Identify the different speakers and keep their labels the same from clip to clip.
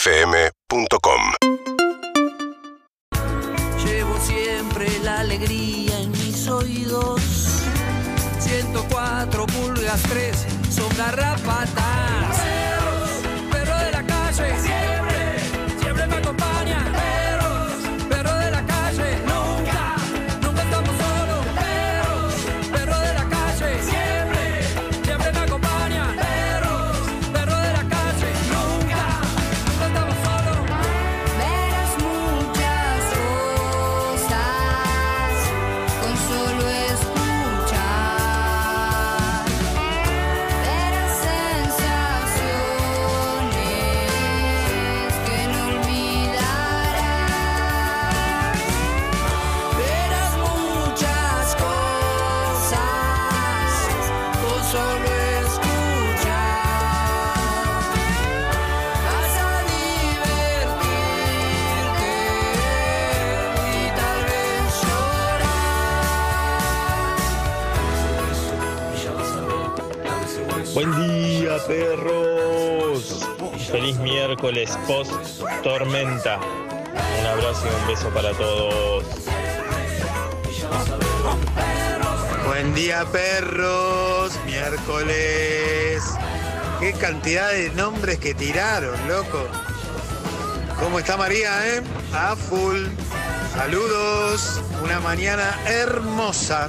Speaker 1: UrbanaPlayFM.com
Speaker 2: Llevo siempre la alegría en mis oídos. 104 pulgas 3 son garrapatas. Perros, perro de la calle. Siempre, siempre me acompaña. Perros, perro de la calle. Nunca, nunca estamos solos. Perros, perro de la calle. Siempre, siempre me acompaña. Perros, perro de la calle. Nunca, nunca estamos solos.
Speaker 3: Verás muchas cosas con solo escuchar. Verás sensaciones que no olvidarás. Verás muchas cosas con solo escuchar. Vas a divertirte y tal vez
Speaker 4: Buen día, perros. Feliz miércoles post tormenta. Un abrazo y un beso para todos.
Speaker 5: Buen día perros, miércoles. Qué cantidad de nombres que tiraron, loco. ¿Cómo está María, eh? A full. Saludos. Una mañana hermosa.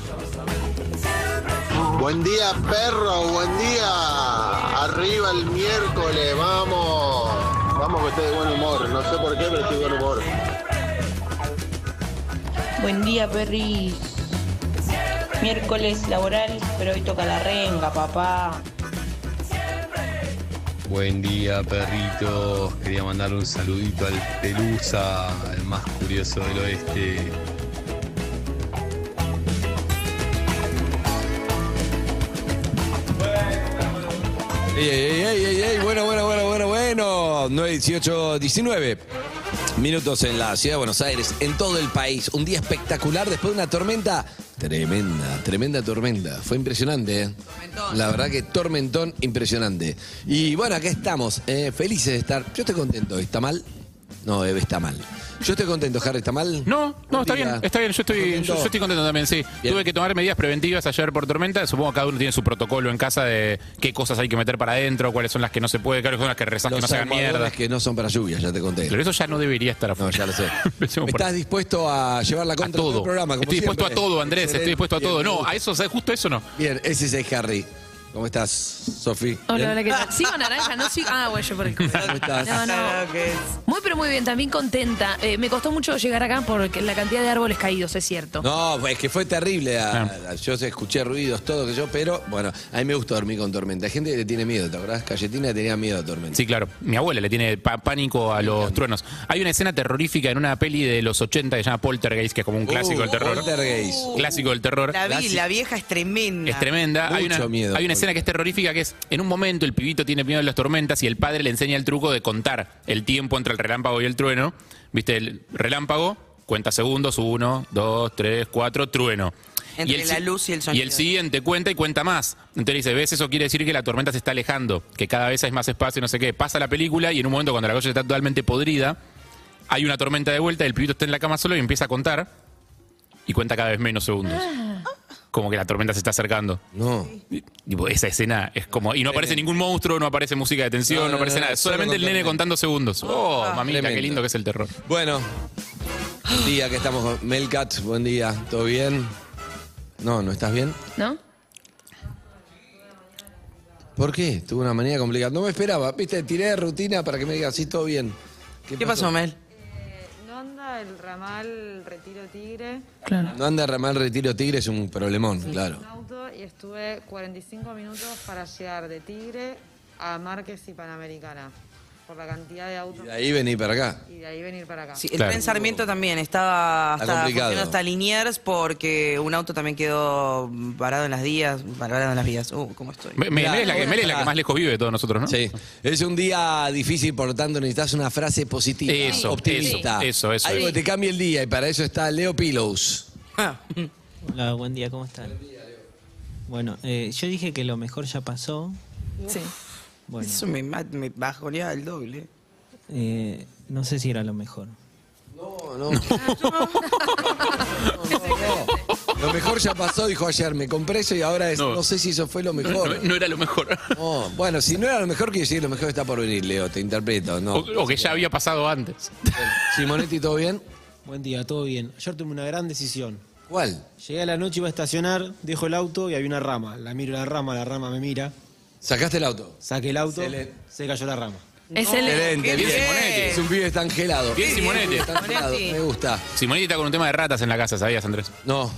Speaker 6: Buen día, perro, buen día. Arriba el miércoles, vamos. Vamos que estoy de buen humor. No sé por qué, pero estoy de buen humor.
Speaker 7: Buen día, perris. Miércoles laboral, pero hoy toca la renga, papá.
Speaker 8: Buen día, perritos. Quería mandar un saludito al Pelusa, el más curioso del oeste.
Speaker 9: Ey, ey, ey, ey, ey, bueno, bueno, bueno, bueno, bueno. 9, 18, 19 minutos en la ciudad de Buenos Aires, en todo el país. Un día espectacular después de una tormenta tremenda, tremenda tormenta. Fue impresionante, ¿eh?
Speaker 2: Tormentón.
Speaker 9: La verdad que tormentón impresionante. Y bueno, acá estamos, eh, felices de estar. Yo estoy contento, ¿está mal? No, Eve está mal. Yo estoy contento, Harry, ¿está mal?
Speaker 10: No, no, está
Speaker 9: Diga.
Speaker 10: bien, está bien. Yo estoy, yo, yo estoy contento también, sí.
Speaker 9: Bien.
Speaker 10: Tuve que tomar medidas preventivas ayer por tormenta. Supongo que cada uno tiene su protocolo en casa de qué cosas hay que meter para adentro, cuáles son las que no se puede, cuáles son las que rezas que
Speaker 9: Los
Speaker 10: no se hagan
Speaker 9: almohadones
Speaker 10: mierda.
Speaker 9: que no son para lluvia, ya te conté.
Speaker 10: Pero eso ya no debería estar
Speaker 9: No,
Speaker 10: afuera.
Speaker 9: ya lo sé.
Speaker 10: Empecemos por
Speaker 9: ¿Estás
Speaker 10: ahí.
Speaker 9: dispuesto a llevar la
Speaker 10: a
Speaker 9: contra del
Speaker 10: todo.
Speaker 9: programa? como
Speaker 10: estoy dispuesto
Speaker 9: siempre?
Speaker 10: a todo, Andrés. Estoy dispuesto a
Speaker 9: Bien,
Speaker 10: todo.
Speaker 9: me
Speaker 10: No,
Speaker 9: gusta.
Speaker 10: a eso, ¿sabes? justo eso no.
Speaker 9: Bien, ese es el Harry. ¿Cómo estás, Sofi?
Speaker 11: Hola,
Speaker 9: Bien.
Speaker 11: hola, ¿qué tal? ¿Sigo naranja? No sigo. Ah, bueno, yo por el
Speaker 9: ¿Cómo estás?
Speaker 11: No, no. Muy, pero muy bien, también contenta. Eh, me costó mucho llegar acá por la cantidad de árboles caídos, es cierto.
Speaker 9: No, es que fue terrible. a-
Speaker 10: Ah.
Speaker 9: a- yo escuché ruidos, todo que yo, pero bueno, a mí me gusta dormir con tormenta. Hay gente que le tiene miedo, ¿te acordás? Galletina le tenía miedo a tormenta.
Speaker 10: Sí, claro. Mi abuela le tiene pa- pánico a los truenos. Hay una escena terrorífica en una peli de los 80 que se llama Poltergeist, que es como un clásico
Speaker 9: Uh,
Speaker 10: del terror.
Speaker 9: Poltergeist.
Speaker 10: Clásico del terror.
Speaker 12: La vi, la vieja es tremenda.
Speaker 10: Es tremenda. hay
Speaker 9: Mucho
Speaker 10: una,
Speaker 9: miedo,
Speaker 10: hay una
Speaker 9: porque-
Speaker 10: escena que es terrorífica que es, en un momento el pibito tiene miedo de las tormentas y el padre le enseña el truco de contar el tiempo entre el relámpago y el trueno. ¿Viste? El relámpago cuenta segundos, uno, dos, tres, cuatro, trueno.
Speaker 12: Entre
Speaker 10: el
Speaker 12: la
Speaker 10: si-
Speaker 12: luz y el sonido.
Speaker 10: el siguiente cuenta y cuenta más. Entonces dice, ¿ves? Eso quiere decir que la tormenta se está alejando, que cada vez hay más espacio y no sé qué. Pasa la película y en un momento cuando la cosa está totalmente podrida, hay una tormenta de vuelta y el pibito está en la cama solo y empieza a contar y cuenta cada vez menos segundos. Como que la tormenta se está acercando.
Speaker 9: No.
Speaker 10: Y- tipo, esa escena es como. Y no aparece ningún monstruo, no aparece música de tensión,
Speaker 9: No,
Speaker 10: no,
Speaker 9: no,
Speaker 10: aparece
Speaker 9: no,
Speaker 10: nada.
Speaker 9: solo
Speaker 10: Solamente el nene
Speaker 9: contando.
Speaker 10: contando
Speaker 9: Ah.
Speaker 10: segundos. Oh, mamita,
Speaker 9: tremendo.
Speaker 10: qué lindo que es el terror.
Speaker 9: Bueno, buen día que estamos con Melcat. Buen día, ¿todo bien? No, ¿no estás bien?
Speaker 11: ¿No?
Speaker 9: ¿Por qué? Tuve una manera complicada. No me esperaba, viste, tiré rutina para que me digas, sí, todo bien.
Speaker 12: ¿Qué pasó, Mel?
Speaker 3: No anda el ramal Retiro Tigre.
Speaker 11: Claro.
Speaker 9: No anda ramal Retiro Tigre, es un problemón, claro.
Speaker 3: en auto y estuve 45 minutos para llegar de Tigre a Márquez y Panamericana por la cantidad de
Speaker 9: Y
Speaker 3: autos
Speaker 9: de ahí vení para acá.
Speaker 3: y de ahí venir para acá.
Speaker 12: Sí, el
Speaker 10: Claro.
Speaker 12: tren Sarmiento también estaba
Speaker 9: Está
Speaker 12: hasta,
Speaker 9: complicado.
Speaker 12: funcionó hasta Liniers porque un auto también quedó parado en las vías. Parado en las vías. Uh, ¿cómo estoy?
Speaker 10: Me- me-
Speaker 9: Mirá,
Speaker 10: Mel es la que,
Speaker 9: ahora
Speaker 10: Mel es la
Speaker 9: está.
Speaker 10: que más lejos vive de todos nosotros, ¿no?
Speaker 9: Sí, es un día difícil, por lo tanto necesitas una frase positiva,
Speaker 10: Eso,
Speaker 9: optimista.
Speaker 10: eso, eso, eso,
Speaker 9: Algo
Speaker 10: eso.
Speaker 9: que te cambie el día y para eso está Leo Pillows.
Speaker 12: Ah,
Speaker 8: Hola, buen día, ¿cómo están? Bueno, eh, yo dije que lo mejor ya pasó.
Speaker 11: Sí.
Speaker 13: Bueno.
Speaker 12: Eso me, ma- me bajonea el doble.
Speaker 13: Eh, no sé si era lo mejor.
Speaker 9: No, Ah, no. Lo mejor ya pasó, dijo ayer, me compré eso y ahora es, no, sé si eso fue lo mejor.
Speaker 10: No, no era lo mejor.
Speaker 9: No, bueno, si no era lo mejor, quiere decir que lo mejor está por venir, Leo, te interpreto. No.
Speaker 10: O que ya había pasado antes.
Speaker 9: Simonetti, ¿todo bien?
Speaker 13: Buen día, todo bien. Ayer tuve una gran decisión.
Speaker 9: ¿Cuál?
Speaker 13: Llegué a la noche, iba a estacionar, dejo el auto y había una rama. La miro la rama, la rama me mira.
Speaker 9: ¿Sacaste el auto?
Speaker 13: Saqué el auto, se cayó la rama.
Speaker 11: Es el-
Speaker 9: Excelente,
Speaker 10: Bien, Simonetti.
Speaker 9: Es un pibe tan gelado.
Speaker 10: Bien,
Speaker 9: Es un
Speaker 10: Simonetti.
Speaker 9: pibe tan gelado, Me gusta.
Speaker 10: Simonetti está con un tema de ratas en la casa, ¿sabías, Andrés?
Speaker 9: No.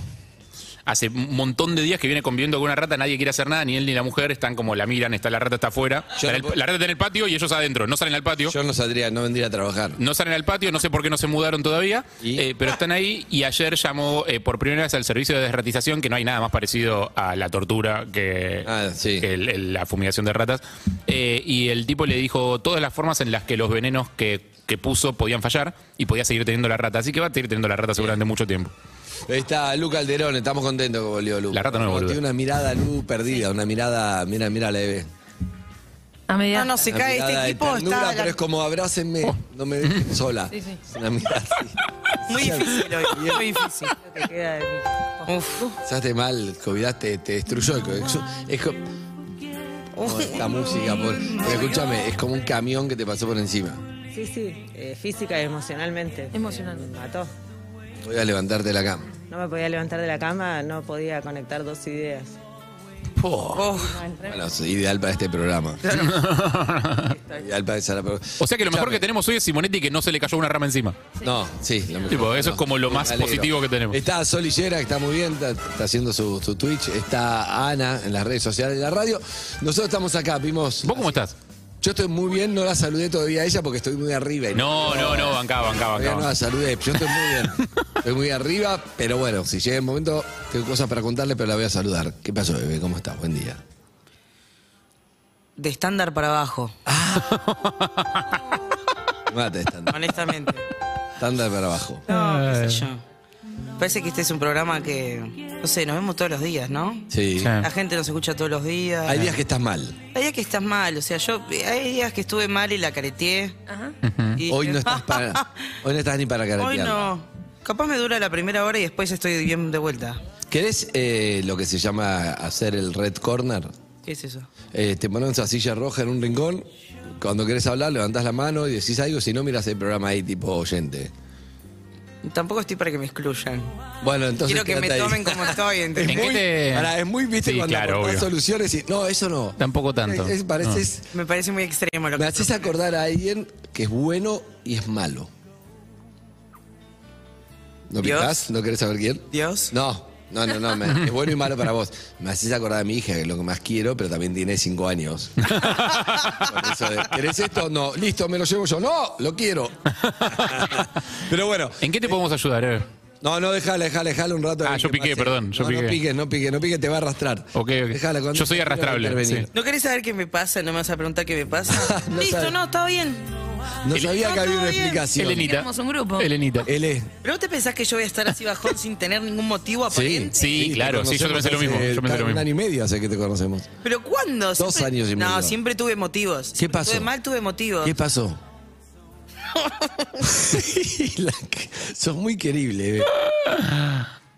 Speaker 10: Hace un montón de días que viene conviviendo con una rata, nadie quiere hacer nada, ni él ni la mujer, están como la miran, está la rata está afuera.
Speaker 9: Yo
Speaker 10: Está
Speaker 9: no
Speaker 10: en el-
Speaker 9: puedo-
Speaker 10: la rata está en el patio y ellos adentro, no salen al patio.
Speaker 9: Yo no saldría, no vendría a trabajar.
Speaker 10: No salen al patio, no sé por qué no se mudaron todavía, eh, pero están ahí y ayer llamó eh, por primera vez al servicio de desratización, que no hay nada más parecido a la tortura que,
Speaker 9: Ah,
Speaker 10: que el- el- la fumigación de ratas. Eh, y el tipo le dijo todas las formas en las que los venenos que, que puso podían fallar y podía seguir teniendo la rata. Así que va a seguir teniendo la rata seguramente mucho tiempo.
Speaker 9: Ahí Está Luca Alderón, estamos contentos que volvió Lu. La
Speaker 10: rata no es boluda.
Speaker 9: Tiene una mirada Lu perdida, una mirada, mira, mira la bebé.
Speaker 11: A media-
Speaker 12: No, no, se
Speaker 9: Una
Speaker 12: cae
Speaker 9: mirada
Speaker 12: este
Speaker 9: de
Speaker 12: equipo.
Speaker 9: ternura,
Speaker 12: Está
Speaker 9: pero es como abrácenme,
Speaker 10: Oh.
Speaker 9: no me dejen sola.
Speaker 11: Sí, sí.
Speaker 9: Es Una mirada así.
Speaker 12: muy difícil hoy,
Speaker 9: Bien.
Speaker 12: muy difícil.
Speaker 9: Pensaste mal, Covidás te, te destruyó. el co- Es, es co- No, esta música, por- pero escúchame, es como un camión que te pasó por encima.
Speaker 14: Sí, sí, eh, física y emocionalmente. Emocionalmente. Me mató.
Speaker 9: Voy a levantarte de la cama.
Speaker 14: No me podía levantar de la cama, no podía conectar dos ideas. Oh.
Speaker 9: Bueno, es ideal para este programa. ideal para esa
Speaker 10: O sea que lo mejor que tenemos hoy es Simonetti que no se le cayó una rama encima.
Speaker 9: No, sí, lo mejor.
Speaker 10: Tipo, eso
Speaker 9: No,
Speaker 10: es como lo
Speaker 9: me
Speaker 10: más
Speaker 9: alegro.
Speaker 10: positivo que tenemos.
Speaker 9: Está Sol Higuera, que está muy bien, está, está haciendo su, su Twitch. Está Ana en las redes sociales de la radio. Nosotros estamos acá, vimos. ¿Vos
Speaker 10: cómo estás?
Speaker 9: Yo estoy muy bien, no la saludé todavía a ella porque estoy muy arriba. y
Speaker 10: No, no, no, bancá, bancá,
Speaker 9: Todavía
Speaker 10: bancá.
Speaker 9: no la saludé, yo estoy muy bien. Estoy muy arriba, pero bueno, si llega el momento, tengo cosas para contarle, pero la voy a saludar. ¿Qué pasó, bebé? ¿Cómo estás? Buen día.
Speaker 12: De estándar para abajo,
Speaker 9: Mate, estándar.
Speaker 12: honestamente.
Speaker 9: Estándar para abajo.
Speaker 12: No, qué sé yo. Parece que este es un programa que, no sé, nos vemos todos los días, ¿no?
Speaker 9: Sí.
Speaker 12: La gente nos escucha todos los días.
Speaker 9: Hay días que estás mal.
Speaker 12: Hay días que estás mal, o sea, yo hay días que estuve mal y la careteé. Y
Speaker 9: Hoy
Speaker 12: dije, "Ah,
Speaker 9: no estás para, hoy no estás ni para
Speaker 12: Hoy
Speaker 9: caretear.
Speaker 12: no. Capaz me dura la primera hora y después estoy bien de vuelta.
Speaker 9: ¿Querés eh, lo que se llama hacer el red corner?
Speaker 12: ¿Qué es eso?
Speaker 9: Eh, te ponen esa silla roja en un rincón. Cuando querés hablar, levantás la mano y decís algo. Si no, miras el programa ahí, tipo oyente.
Speaker 12: Tampoco estoy para que me excluyan.
Speaker 9: Bueno, entonces.
Speaker 12: Quiero que me
Speaker 9: quédate ahí.
Speaker 12: tomen como estoy,
Speaker 9: Es
Speaker 12: ¿entendés?
Speaker 9: muy, pará, es muy, viste,
Speaker 10: Sí,
Speaker 9: cuando
Speaker 10: claro,
Speaker 9: aportás
Speaker 10: obvio.
Speaker 9: soluciones y. No, eso no.
Speaker 10: Tampoco tanto.
Speaker 9: Es- es- pareces-
Speaker 12: Me parece muy extremo lo
Speaker 9: Me
Speaker 12: que
Speaker 9: haces acordar a alguien que es bueno y es malo. ¿No
Speaker 12: Dios.
Speaker 9: pintás? ¿No querés saber quién?
Speaker 12: Dios.
Speaker 9: No, no, no, no. me- es bueno y malo para vos. Me haces acordar a mi hija, que es lo que más quiero, pero también tiene cinco años. Por eso de, ¿Querés esto? No. Listo, me lo llevo yo. No, lo quiero. pero bueno.
Speaker 10: ¿En qué te podemos ayudar, eh?
Speaker 9: No, no, déjala, déjala, déjala un rato.
Speaker 10: Ah,
Speaker 9: que
Speaker 10: yo piqué, perdón, yo
Speaker 9: no, No
Speaker 10: piqué.
Speaker 9: piques, no piques, no piques, te va a arrastrar.
Speaker 10: Ok, ok.
Speaker 9: Déjala, cuando
Speaker 10: Yo soy
Speaker 9: te quiera
Speaker 10: arrastrable,
Speaker 9: intervenir.
Speaker 12: ¿No querés saber qué me pasa? ¿No me vas a preguntar qué me pasa? Listo,
Speaker 9: sabe.
Speaker 12: no, está bien.
Speaker 9: No sabía que había una
Speaker 12: todo bien.
Speaker 9: explicación.
Speaker 10: Elenita.
Speaker 11: Éramos un grupo.
Speaker 10: Elenita.
Speaker 9: Ele.
Speaker 12: ¿Pero vos te pensás que yo voy a estar así bajón sin tener ningún motivo
Speaker 9: Sí,
Speaker 12: aparente?
Speaker 9: te
Speaker 10: claro, sí, yo
Speaker 9: conocemos
Speaker 10: pensé lo mismo,
Speaker 9: hace
Speaker 10: yo pensé lo
Speaker 9: ca- Un
Speaker 10: mismo.
Speaker 9: año y medio hace que te conocemos.
Speaker 12: ¿Pero cuándo?
Speaker 9: Dos
Speaker 12: Siempre-
Speaker 9: años y medio.
Speaker 12: No, siempre tuve motivos.
Speaker 9: ¿Qué pasó?
Speaker 12: Tuve mal, tuve motivos.
Speaker 9: ¿Qué pasó? La que- Sos muy querible. eh. bebé.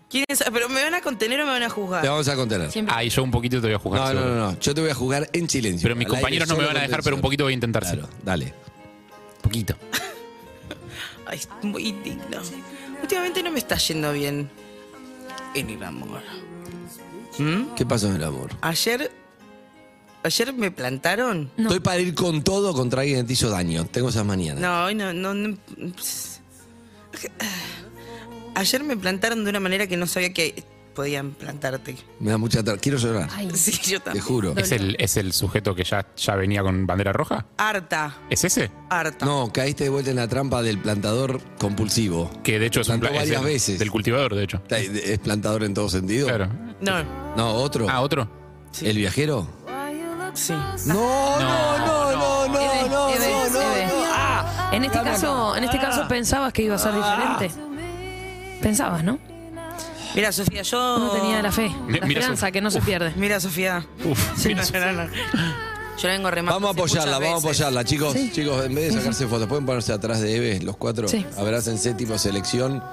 Speaker 12: ¿Quién es? ¿Pero me van a contener o me van a juzgar?
Speaker 9: Te vamos a contener.
Speaker 10: Ah, y yo un poquito te voy a juzgar.
Speaker 9: No, no,
Speaker 10: seguro.
Speaker 9: no, no, Yo te voy a jugar en silencio.
Speaker 10: Pero mis
Speaker 9: Al aire,
Speaker 10: compañeros no me
Speaker 9: solo
Speaker 10: van a dejar,
Speaker 9: contención.
Speaker 10: pero un poquito voy a intentar.
Speaker 9: Claro, dale.
Speaker 10: Poquito.
Speaker 12: Ay, es muy digno. Últimamente no me está yendo bien en el amor.
Speaker 9: ¿Qué pasó en el amor?
Speaker 12: Ayer. Ayer me plantaron.
Speaker 9: Estoy para ir con todo contra alguien que te hizo daño. Tengo esas mañanas.
Speaker 12: No, hoy no, no, no- pss. Ayer me plantaron de una manera que no sabía que podían plantarte.
Speaker 9: Me da mucha tar- Quiero llorar.
Speaker 12: Sí, yo
Speaker 9: Te
Speaker 12: también.
Speaker 9: juro.
Speaker 10: ¿Es el, ¿Es el sujeto que ya, ya venía con bandera roja?
Speaker 12: Harta,
Speaker 10: ¿Es ese?
Speaker 12: harta.
Speaker 9: No, caíste de vuelta en la trampa del plantador compulsivo.
Speaker 10: Que de hecho es un
Speaker 9: Plantó
Speaker 10: pla- es
Speaker 9: varias
Speaker 10: el-
Speaker 9: veces.
Speaker 10: Del cultivador, de hecho.
Speaker 9: ¿Es plantador en todo sentido?
Speaker 10: Claro.
Speaker 12: No,
Speaker 9: No, otro.
Speaker 10: Ah, otro.
Speaker 9: ¿El viajero?
Speaker 12: sí.
Speaker 9: No, no, no, no, no, no, no,
Speaker 11: Eve,
Speaker 9: no,
Speaker 11: Eve.
Speaker 9: no.
Speaker 11: En este caso, en este caso pensabas que iba a ser
Speaker 9: Ah.
Speaker 11: diferente. Pensabas, ¿no?
Speaker 12: Mira, Sofía, yo.
Speaker 11: Uno tenía la fe,
Speaker 10: Mi-
Speaker 11: la
Speaker 10: mira,
Speaker 11: esperanza
Speaker 10: Sofía.
Speaker 11: que no se pierde.
Speaker 12: Mira, Sofía.
Speaker 10: Uf,
Speaker 12: Sí,
Speaker 10: mira,
Speaker 12: no, no, no. Yo la vengo remando.
Speaker 9: Ah, Vamos a
Speaker 12: hace
Speaker 9: apoyarla,
Speaker 12: muchas
Speaker 9: vamos a
Speaker 12: veces.
Speaker 9: apoyarla, chicos.
Speaker 12: Sí.
Speaker 9: Chicos, en vez de sacarse fotos, pueden ponerse atrás de Eve, los cuatro.
Speaker 12: Sí.
Speaker 9: Abrácense tipo selección.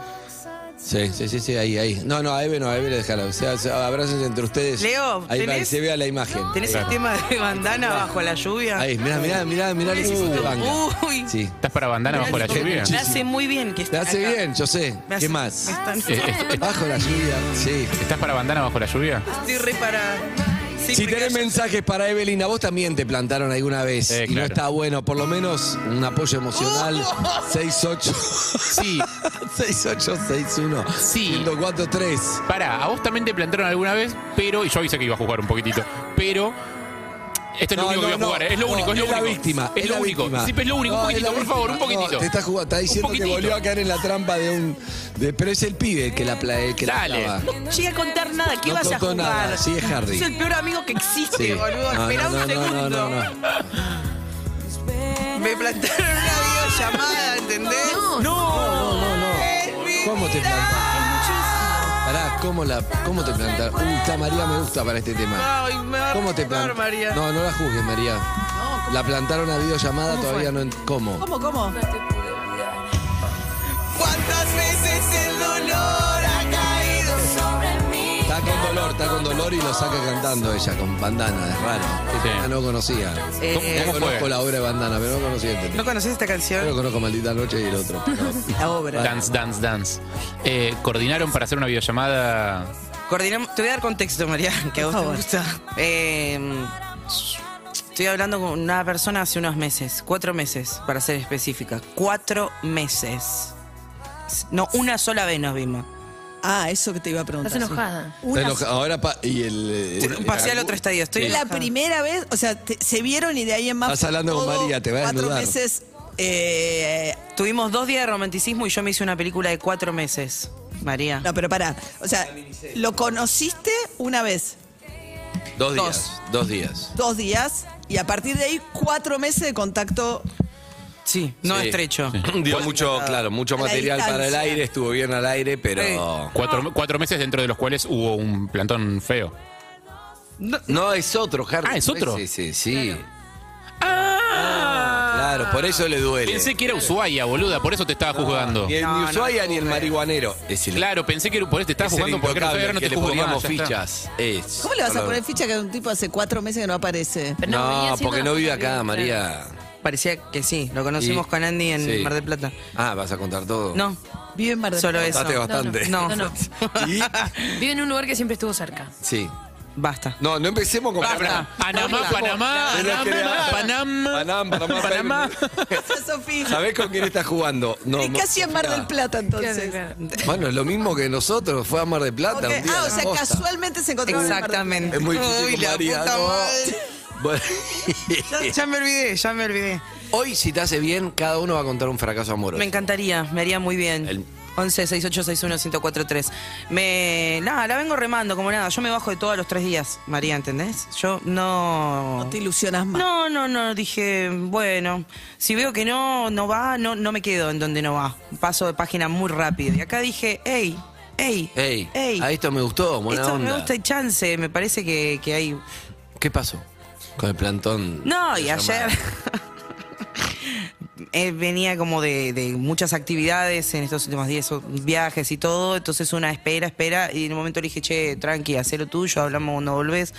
Speaker 9: Sí, sí, sí, sí, ahí, ahí. No, no, a Eve no, a Eve le déjala. O sea, se- abrácense entre ustedes.
Speaker 12: Leo,
Speaker 9: ahí para que
Speaker 12: ¿tenés-
Speaker 9: se vea la imagen.
Speaker 12: ¿Tenés el tema de bandana bajo la lluvia?
Speaker 9: Ahí, mirá, mirá, mirá, mirá, les hiciste banda.
Speaker 12: Uy,
Speaker 9: Sí.
Speaker 10: ¿Estás para bandana bajo la lluvia?
Speaker 12: me hace muy bien que esté
Speaker 9: Te hace
Speaker 12: acá.
Speaker 9: bien, yo sé.
Speaker 12: Me hace-
Speaker 9: ¿Qué más?
Speaker 12: están-
Speaker 9: Bajo la lluvia, sí.
Speaker 10: Eh, ¿Estás para bandana bajo la lluvia?
Speaker 12: Estoy re para... Sí,
Speaker 9: si
Speaker 12: porque
Speaker 9: tenés mensajes para Evelyn, a vos también te plantaron alguna vez
Speaker 10: Eh,
Speaker 9: y no
Speaker 10: claro.
Speaker 9: está bueno, por lo menos un apoyo emocional. 68.
Speaker 10: Sí.
Speaker 9: 6861.
Speaker 10: Sí.
Speaker 9: 1043.
Speaker 10: Pará, a vos también te plantaron alguna vez, pero. Y yo avisé que iba a jugar un poquitito. Pero. Este es lo
Speaker 9: No,
Speaker 10: único
Speaker 9: no,
Speaker 10: que voy a
Speaker 9: no,
Speaker 10: jugar, es lo
Speaker 9: no,
Speaker 10: único, es lo
Speaker 9: la
Speaker 10: único.
Speaker 9: víctima.
Speaker 10: Es lo
Speaker 9: la
Speaker 10: único.
Speaker 9: víctima.
Speaker 10: Sí, pero es lo único,
Speaker 9: No,
Speaker 10: un
Speaker 9: es la
Speaker 10: poquitito, por
Speaker 9: víctima.
Speaker 10: favor, un poquitito.
Speaker 9: No, te está, jugando- está diciendo que
Speaker 10: poquitito.
Speaker 9: volvió a caer en la trampa de un. de- pero es el pibe que la pla- el que la
Speaker 10: Dale.
Speaker 9: clava.
Speaker 12: No llegué a contar nada, ¿qué
Speaker 9: No
Speaker 12: vas a
Speaker 9: contó
Speaker 12: jugar?
Speaker 9: nada, sí, es Harry.
Speaker 12: Es el peor amigo que existe,
Speaker 9: Sí.
Speaker 12: boludo.
Speaker 9: No,
Speaker 12: Esperá
Speaker 9: no,
Speaker 12: un
Speaker 9: no, no,
Speaker 12: segundo.
Speaker 9: no, no,
Speaker 12: Me plantaron una videollamada, ¿entendés? No, no, no.
Speaker 9: ¿Cómo te plantas? Pará, ¿cómo, la, ¿cómo te plantas? Uy, está María me gusta para este tema.
Speaker 12: Ay, me va a
Speaker 9: ¿Cómo te
Speaker 12: reventar,
Speaker 9: plantas?
Speaker 12: María.
Speaker 9: No, no la juzgues, María. La plantaron a videollamada, todavía no. ent- ¿Cómo?
Speaker 12: ¿Cómo, cómo? ¿Cuántas veces el dolor ha caído sobre mí?
Speaker 9: Está con dolor, está con dolor y lo saca cantando ella, con bandana, es raro. Este tema no conocía.
Speaker 12: Eh, ¿Cómo-
Speaker 9: Yo
Speaker 12: cómo
Speaker 9: conozco
Speaker 10: fue?
Speaker 9: la obra de bandana, pero no conocía este tema.
Speaker 12: ¿No conoces esta canción?
Speaker 9: Yo lo conozco Maldita Noche y el otro.
Speaker 12: La obra.
Speaker 10: Dance, dance, dance. Eh, coordinaron para hacer una videollamada.
Speaker 12: Coordinamos, te voy a dar contexto, María, que a vos te gusta. Eh, estoy hablando con una persona hace unos meses, cuatro meses, para ser específica. Cuatro meses. No, una sola vez nos vimos. Ah, eso que te iba a preguntar.
Speaker 11: Estás enojada.
Speaker 9: Está enoja- Ahora pa- y el, eh, el-
Speaker 12: Pasé al otro estadio, estoy
Speaker 9: Sí.
Speaker 15: Es la primera vez, o sea, te- se vieron y de ahí en más.
Speaker 9: Estás hablando con
Speaker 15: todo
Speaker 9: María, te va a
Speaker 15: Cuatro
Speaker 9: desnudar.
Speaker 15: meses.
Speaker 12: Eh, tuvimos dos días de romanticismo y yo me hice una película de cuatro meses, María.
Speaker 15: No, pero pará. O sea, lo conociste una vez,
Speaker 9: Dos días. Dos, días.
Speaker 15: dos días, y a partir de ahí, cuatro meses de contacto.
Speaker 12: Sí, no estrecho.
Speaker 9: Dio mucho, claro, mucho
Speaker 15: A la
Speaker 9: material para el
Speaker 15: distancia.
Speaker 9: aire, estuvo bien al aire, pero.
Speaker 10: Cuatro, cuatro meses dentro de los cuales hubo un plantón feo.
Speaker 9: No, es otro, Harry.
Speaker 10: Ah, ¿es otro?
Speaker 9: Sí, sí, sí. Ah, Claro, por eso le duele.
Speaker 10: Pensé que era Ushuaia, boluda, por eso te estaba juzgando.
Speaker 9: Ni el ni Ushuaia ni el marihuanero. Es el-
Speaker 10: Claro, pensé que era- por eso te estaba
Speaker 9: Es el
Speaker 10: jugando porque no
Speaker 9: intocable,
Speaker 10: sabía, ahora no
Speaker 9: que
Speaker 10: te
Speaker 9: le
Speaker 10: juzgo
Speaker 9: poníamos
Speaker 10: más, ya está.
Speaker 9: fichas. Es.
Speaker 15: ¿Cómo le vas a
Speaker 9: Solo-
Speaker 15: poner ficha que un tipo hace cuatro meses que no aparece?
Speaker 9: no, porque no vive acá, María.
Speaker 12: Parecía que sí, lo conocimos
Speaker 9: Y-
Speaker 12: con Andy en
Speaker 9: sí.
Speaker 12: Mar del Plata.
Speaker 9: Ah, ¿vas a contar todo?
Speaker 12: No,
Speaker 15: Vive en Mar del
Speaker 12: solo
Speaker 15: Plata.
Speaker 12: eso.
Speaker 9: Contaste bastante.
Speaker 12: No,
Speaker 11: No, no. Vive en un lugar que siempre estuvo cerca.
Speaker 9: Sí.
Speaker 12: Basta.
Speaker 9: No, no empecemos con
Speaker 12: Basta.
Speaker 10: Panamá,
Speaker 12: Basta.
Speaker 10: Panamá,
Speaker 9: Tenés que
Speaker 10: Panamá,
Speaker 9: dar-
Speaker 10: Panamá.
Speaker 9: Panamá, Panamá.
Speaker 10: Panamá.
Speaker 15: Esa Sofía.
Speaker 9: ¿Sabés con quién está jugando? No, Ah.
Speaker 15: ¿Y qué hacía en Mar del Plata entonces?
Speaker 9: Bueno, es lo mismo que nosotros, fue a Mar del Plata.
Speaker 15: Ok,
Speaker 9: un día
Speaker 15: Ah,
Speaker 9: a
Speaker 15: o
Speaker 9: la
Speaker 15: sea,
Speaker 9: costa.
Speaker 15: casualmente se encontraron
Speaker 12: Exactamente.
Speaker 9: Es muy difícil
Speaker 12: Uy,
Speaker 9: con
Speaker 12: la
Speaker 9: María,
Speaker 12: puta
Speaker 9: no.
Speaker 12: madre.
Speaker 9: Bueno.
Speaker 12: Ya, ya me olvidé, ya me olvidé.
Speaker 9: Hoy, si te hace bien, cada uno va a contar un fracaso amoroso.
Speaker 12: Me encantaría, me haría muy bien. 11 68 61 1043. Me. Nada, la vengo remando como nada. Yo me bajo de todos los tres días, María, ¿entendés? Yo no. No
Speaker 15: te ilusionas más.
Speaker 12: No, no, no. Dije, bueno, si veo que no, no va, no, no me quedo en donde no va. Paso de página muy rápido. Y acá dije, hey, hey,
Speaker 9: Ey,
Speaker 12: Ey.
Speaker 9: a esto me gustó, buena
Speaker 12: esto
Speaker 9: onda.
Speaker 12: me gusta y chance. Me parece que, que hay.
Speaker 9: ¿Qué pasó? Con el plantón.
Speaker 12: No, y
Speaker 9: de
Speaker 12: ayer eh, venía como de, de muchas actividades en estos últimos días, o- viajes y todo, entonces una espera, espera, y en un momento le dije, che, tranqui, hacé lo tuyo, hablamos cuando volvés.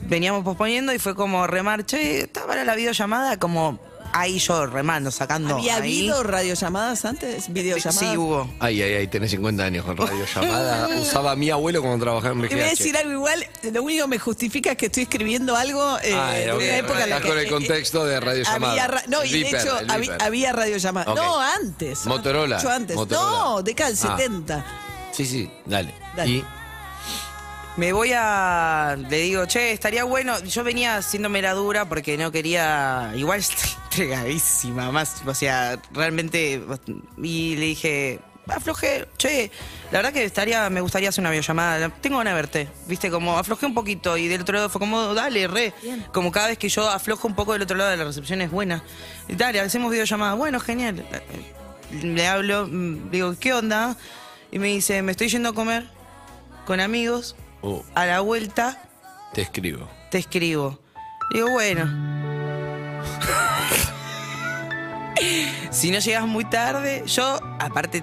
Speaker 12: Veníamos posponiendo y fue como remar, che, está para la videollamada, como ahí yo remando, sacando.
Speaker 15: ¿Había
Speaker 12: ahí.
Speaker 15: habido radiollamadas antes? ¿Videollamadas?
Speaker 12: Sí, hubo.
Speaker 9: Ay, ay, ay, tenés 50 años con radiollamada. Usaba a mi abuelo cuando trabajaba en
Speaker 15: Y voy a
Speaker 9: BGH.
Speaker 15: decir algo igual, lo único que me justifica es que estoy escribiendo algo eh,
Speaker 9: Ah,
Speaker 15: de
Speaker 9: era
Speaker 15: una
Speaker 9: bien.
Speaker 15: época en la
Speaker 9: Estás
Speaker 15: que e-
Speaker 9: con el contexto de radiollamada.
Speaker 15: había ra- no,
Speaker 9: El
Speaker 15: y
Speaker 9: beeper,
Speaker 15: de hecho
Speaker 9: el
Speaker 15: habi-
Speaker 9: beeper.
Speaker 15: había, radiollamada.
Speaker 9: Ok.
Speaker 15: No, antes.
Speaker 9: Motorola,
Speaker 15: Mucho antes.
Speaker 9: Motorola.
Speaker 15: No, década del
Speaker 9: Ah.
Speaker 15: 70.
Speaker 9: Sí, sí, dale.
Speaker 15: Dale.
Speaker 9: Y
Speaker 12: Me voy a. Le digo, che, estaría bueno. Yo venía haciéndome la dura porque no quería. Igual estoy entregadísima, más. O sea, realmente. Y le dije, aflojé, che, la verdad que estaría, me gustaría hacer una videollamada. Tengo ganas de verte. Viste, como aflojé un poquito y del otro lado fue como, dale, re. Como cada vez que yo aflojo un poco del otro lado de la recepción es buena. Dale, hacemos videollamada. Bueno, genial. Le hablo, mm, digo, ¿qué onda? Y me dice, me estoy yendo a comer con amigos
Speaker 9: oh,
Speaker 12: a la vuelta
Speaker 9: te escribo.
Speaker 12: te escribo. Digo, bueno. si no llegas muy tarde, yo, aparte,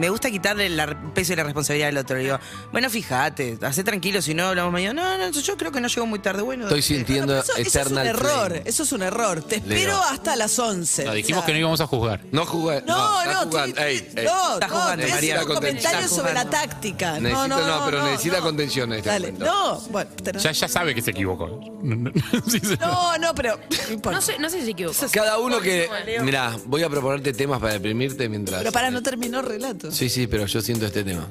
Speaker 12: me gusta quitarle el ar- peso y la responsabilidad del otro. Le digo, bueno, fíjate, hacé tranquilo, si no hablamos mañana. No, no, yo creo que no llego muy tarde. Bueno,
Speaker 9: Estoy sintiendo
Speaker 12: eso- eso es
Speaker 15: Eso es un
Speaker 9: Eternal
Speaker 15: error,
Speaker 9: Flame.
Speaker 15: eso es un error. Te
Speaker 9: Leo.
Speaker 15: espero hasta las 11.
Speaker 10: No, dijimos que no íbamos a juzgar.
Speaker 9: No jugué.
Speaker 15: No,
Speaker 9: está
Speaker 15: no,
Speaker 9: jugando.
Speaker 15: tú-
Speaker 9: Ey, ey.
Speaker 15: No, no,
Speaker 9: Necesita
Speaker 15: María, un
Speaker 9: contención.
Speaker 15: comentario sobre la táctica. No,
Speaker 9: Necesita-
Speaker 15: no, no,
Speaker 9: pero
Speaker 15: no,
Speaker 9: necesita
Speaker 15: no.
Speaker 9: contención en este
Speaker 15: Dale,
Speaker 9: momento.
Speaker 15: no, bueno, tenés-
Speaker 10: Ya, ya sabe que se equivocó.
Speaker 15: no, no, pero
Speaker 11: No sé, no sé si se equivocó.
Speaker 9: Cada uno que. Mirá, voy a proponerte temas para deprimirte mientras.
Speaker 15: Pero para no terminó el relato.
Speaker 9: Sí, sí, pero yo siento este tema.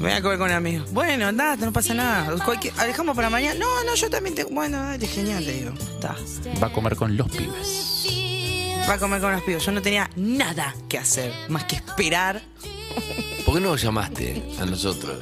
Speaker 12: Me voy a comer con un amigo. Bueno, nada, no pasa nada. Cualquier- ah, dejamos para mañana. No, no, yo también tengo. Bueno, dale, genial, le digo. Está.
Speaker 10: Va a comer con los pibes.
Speaker 12: Va a comer con los pibes. Yo no tenía nada que hacer más que esperar.
Speaker 9: ¿Por qué no nos llamaste a nosotros?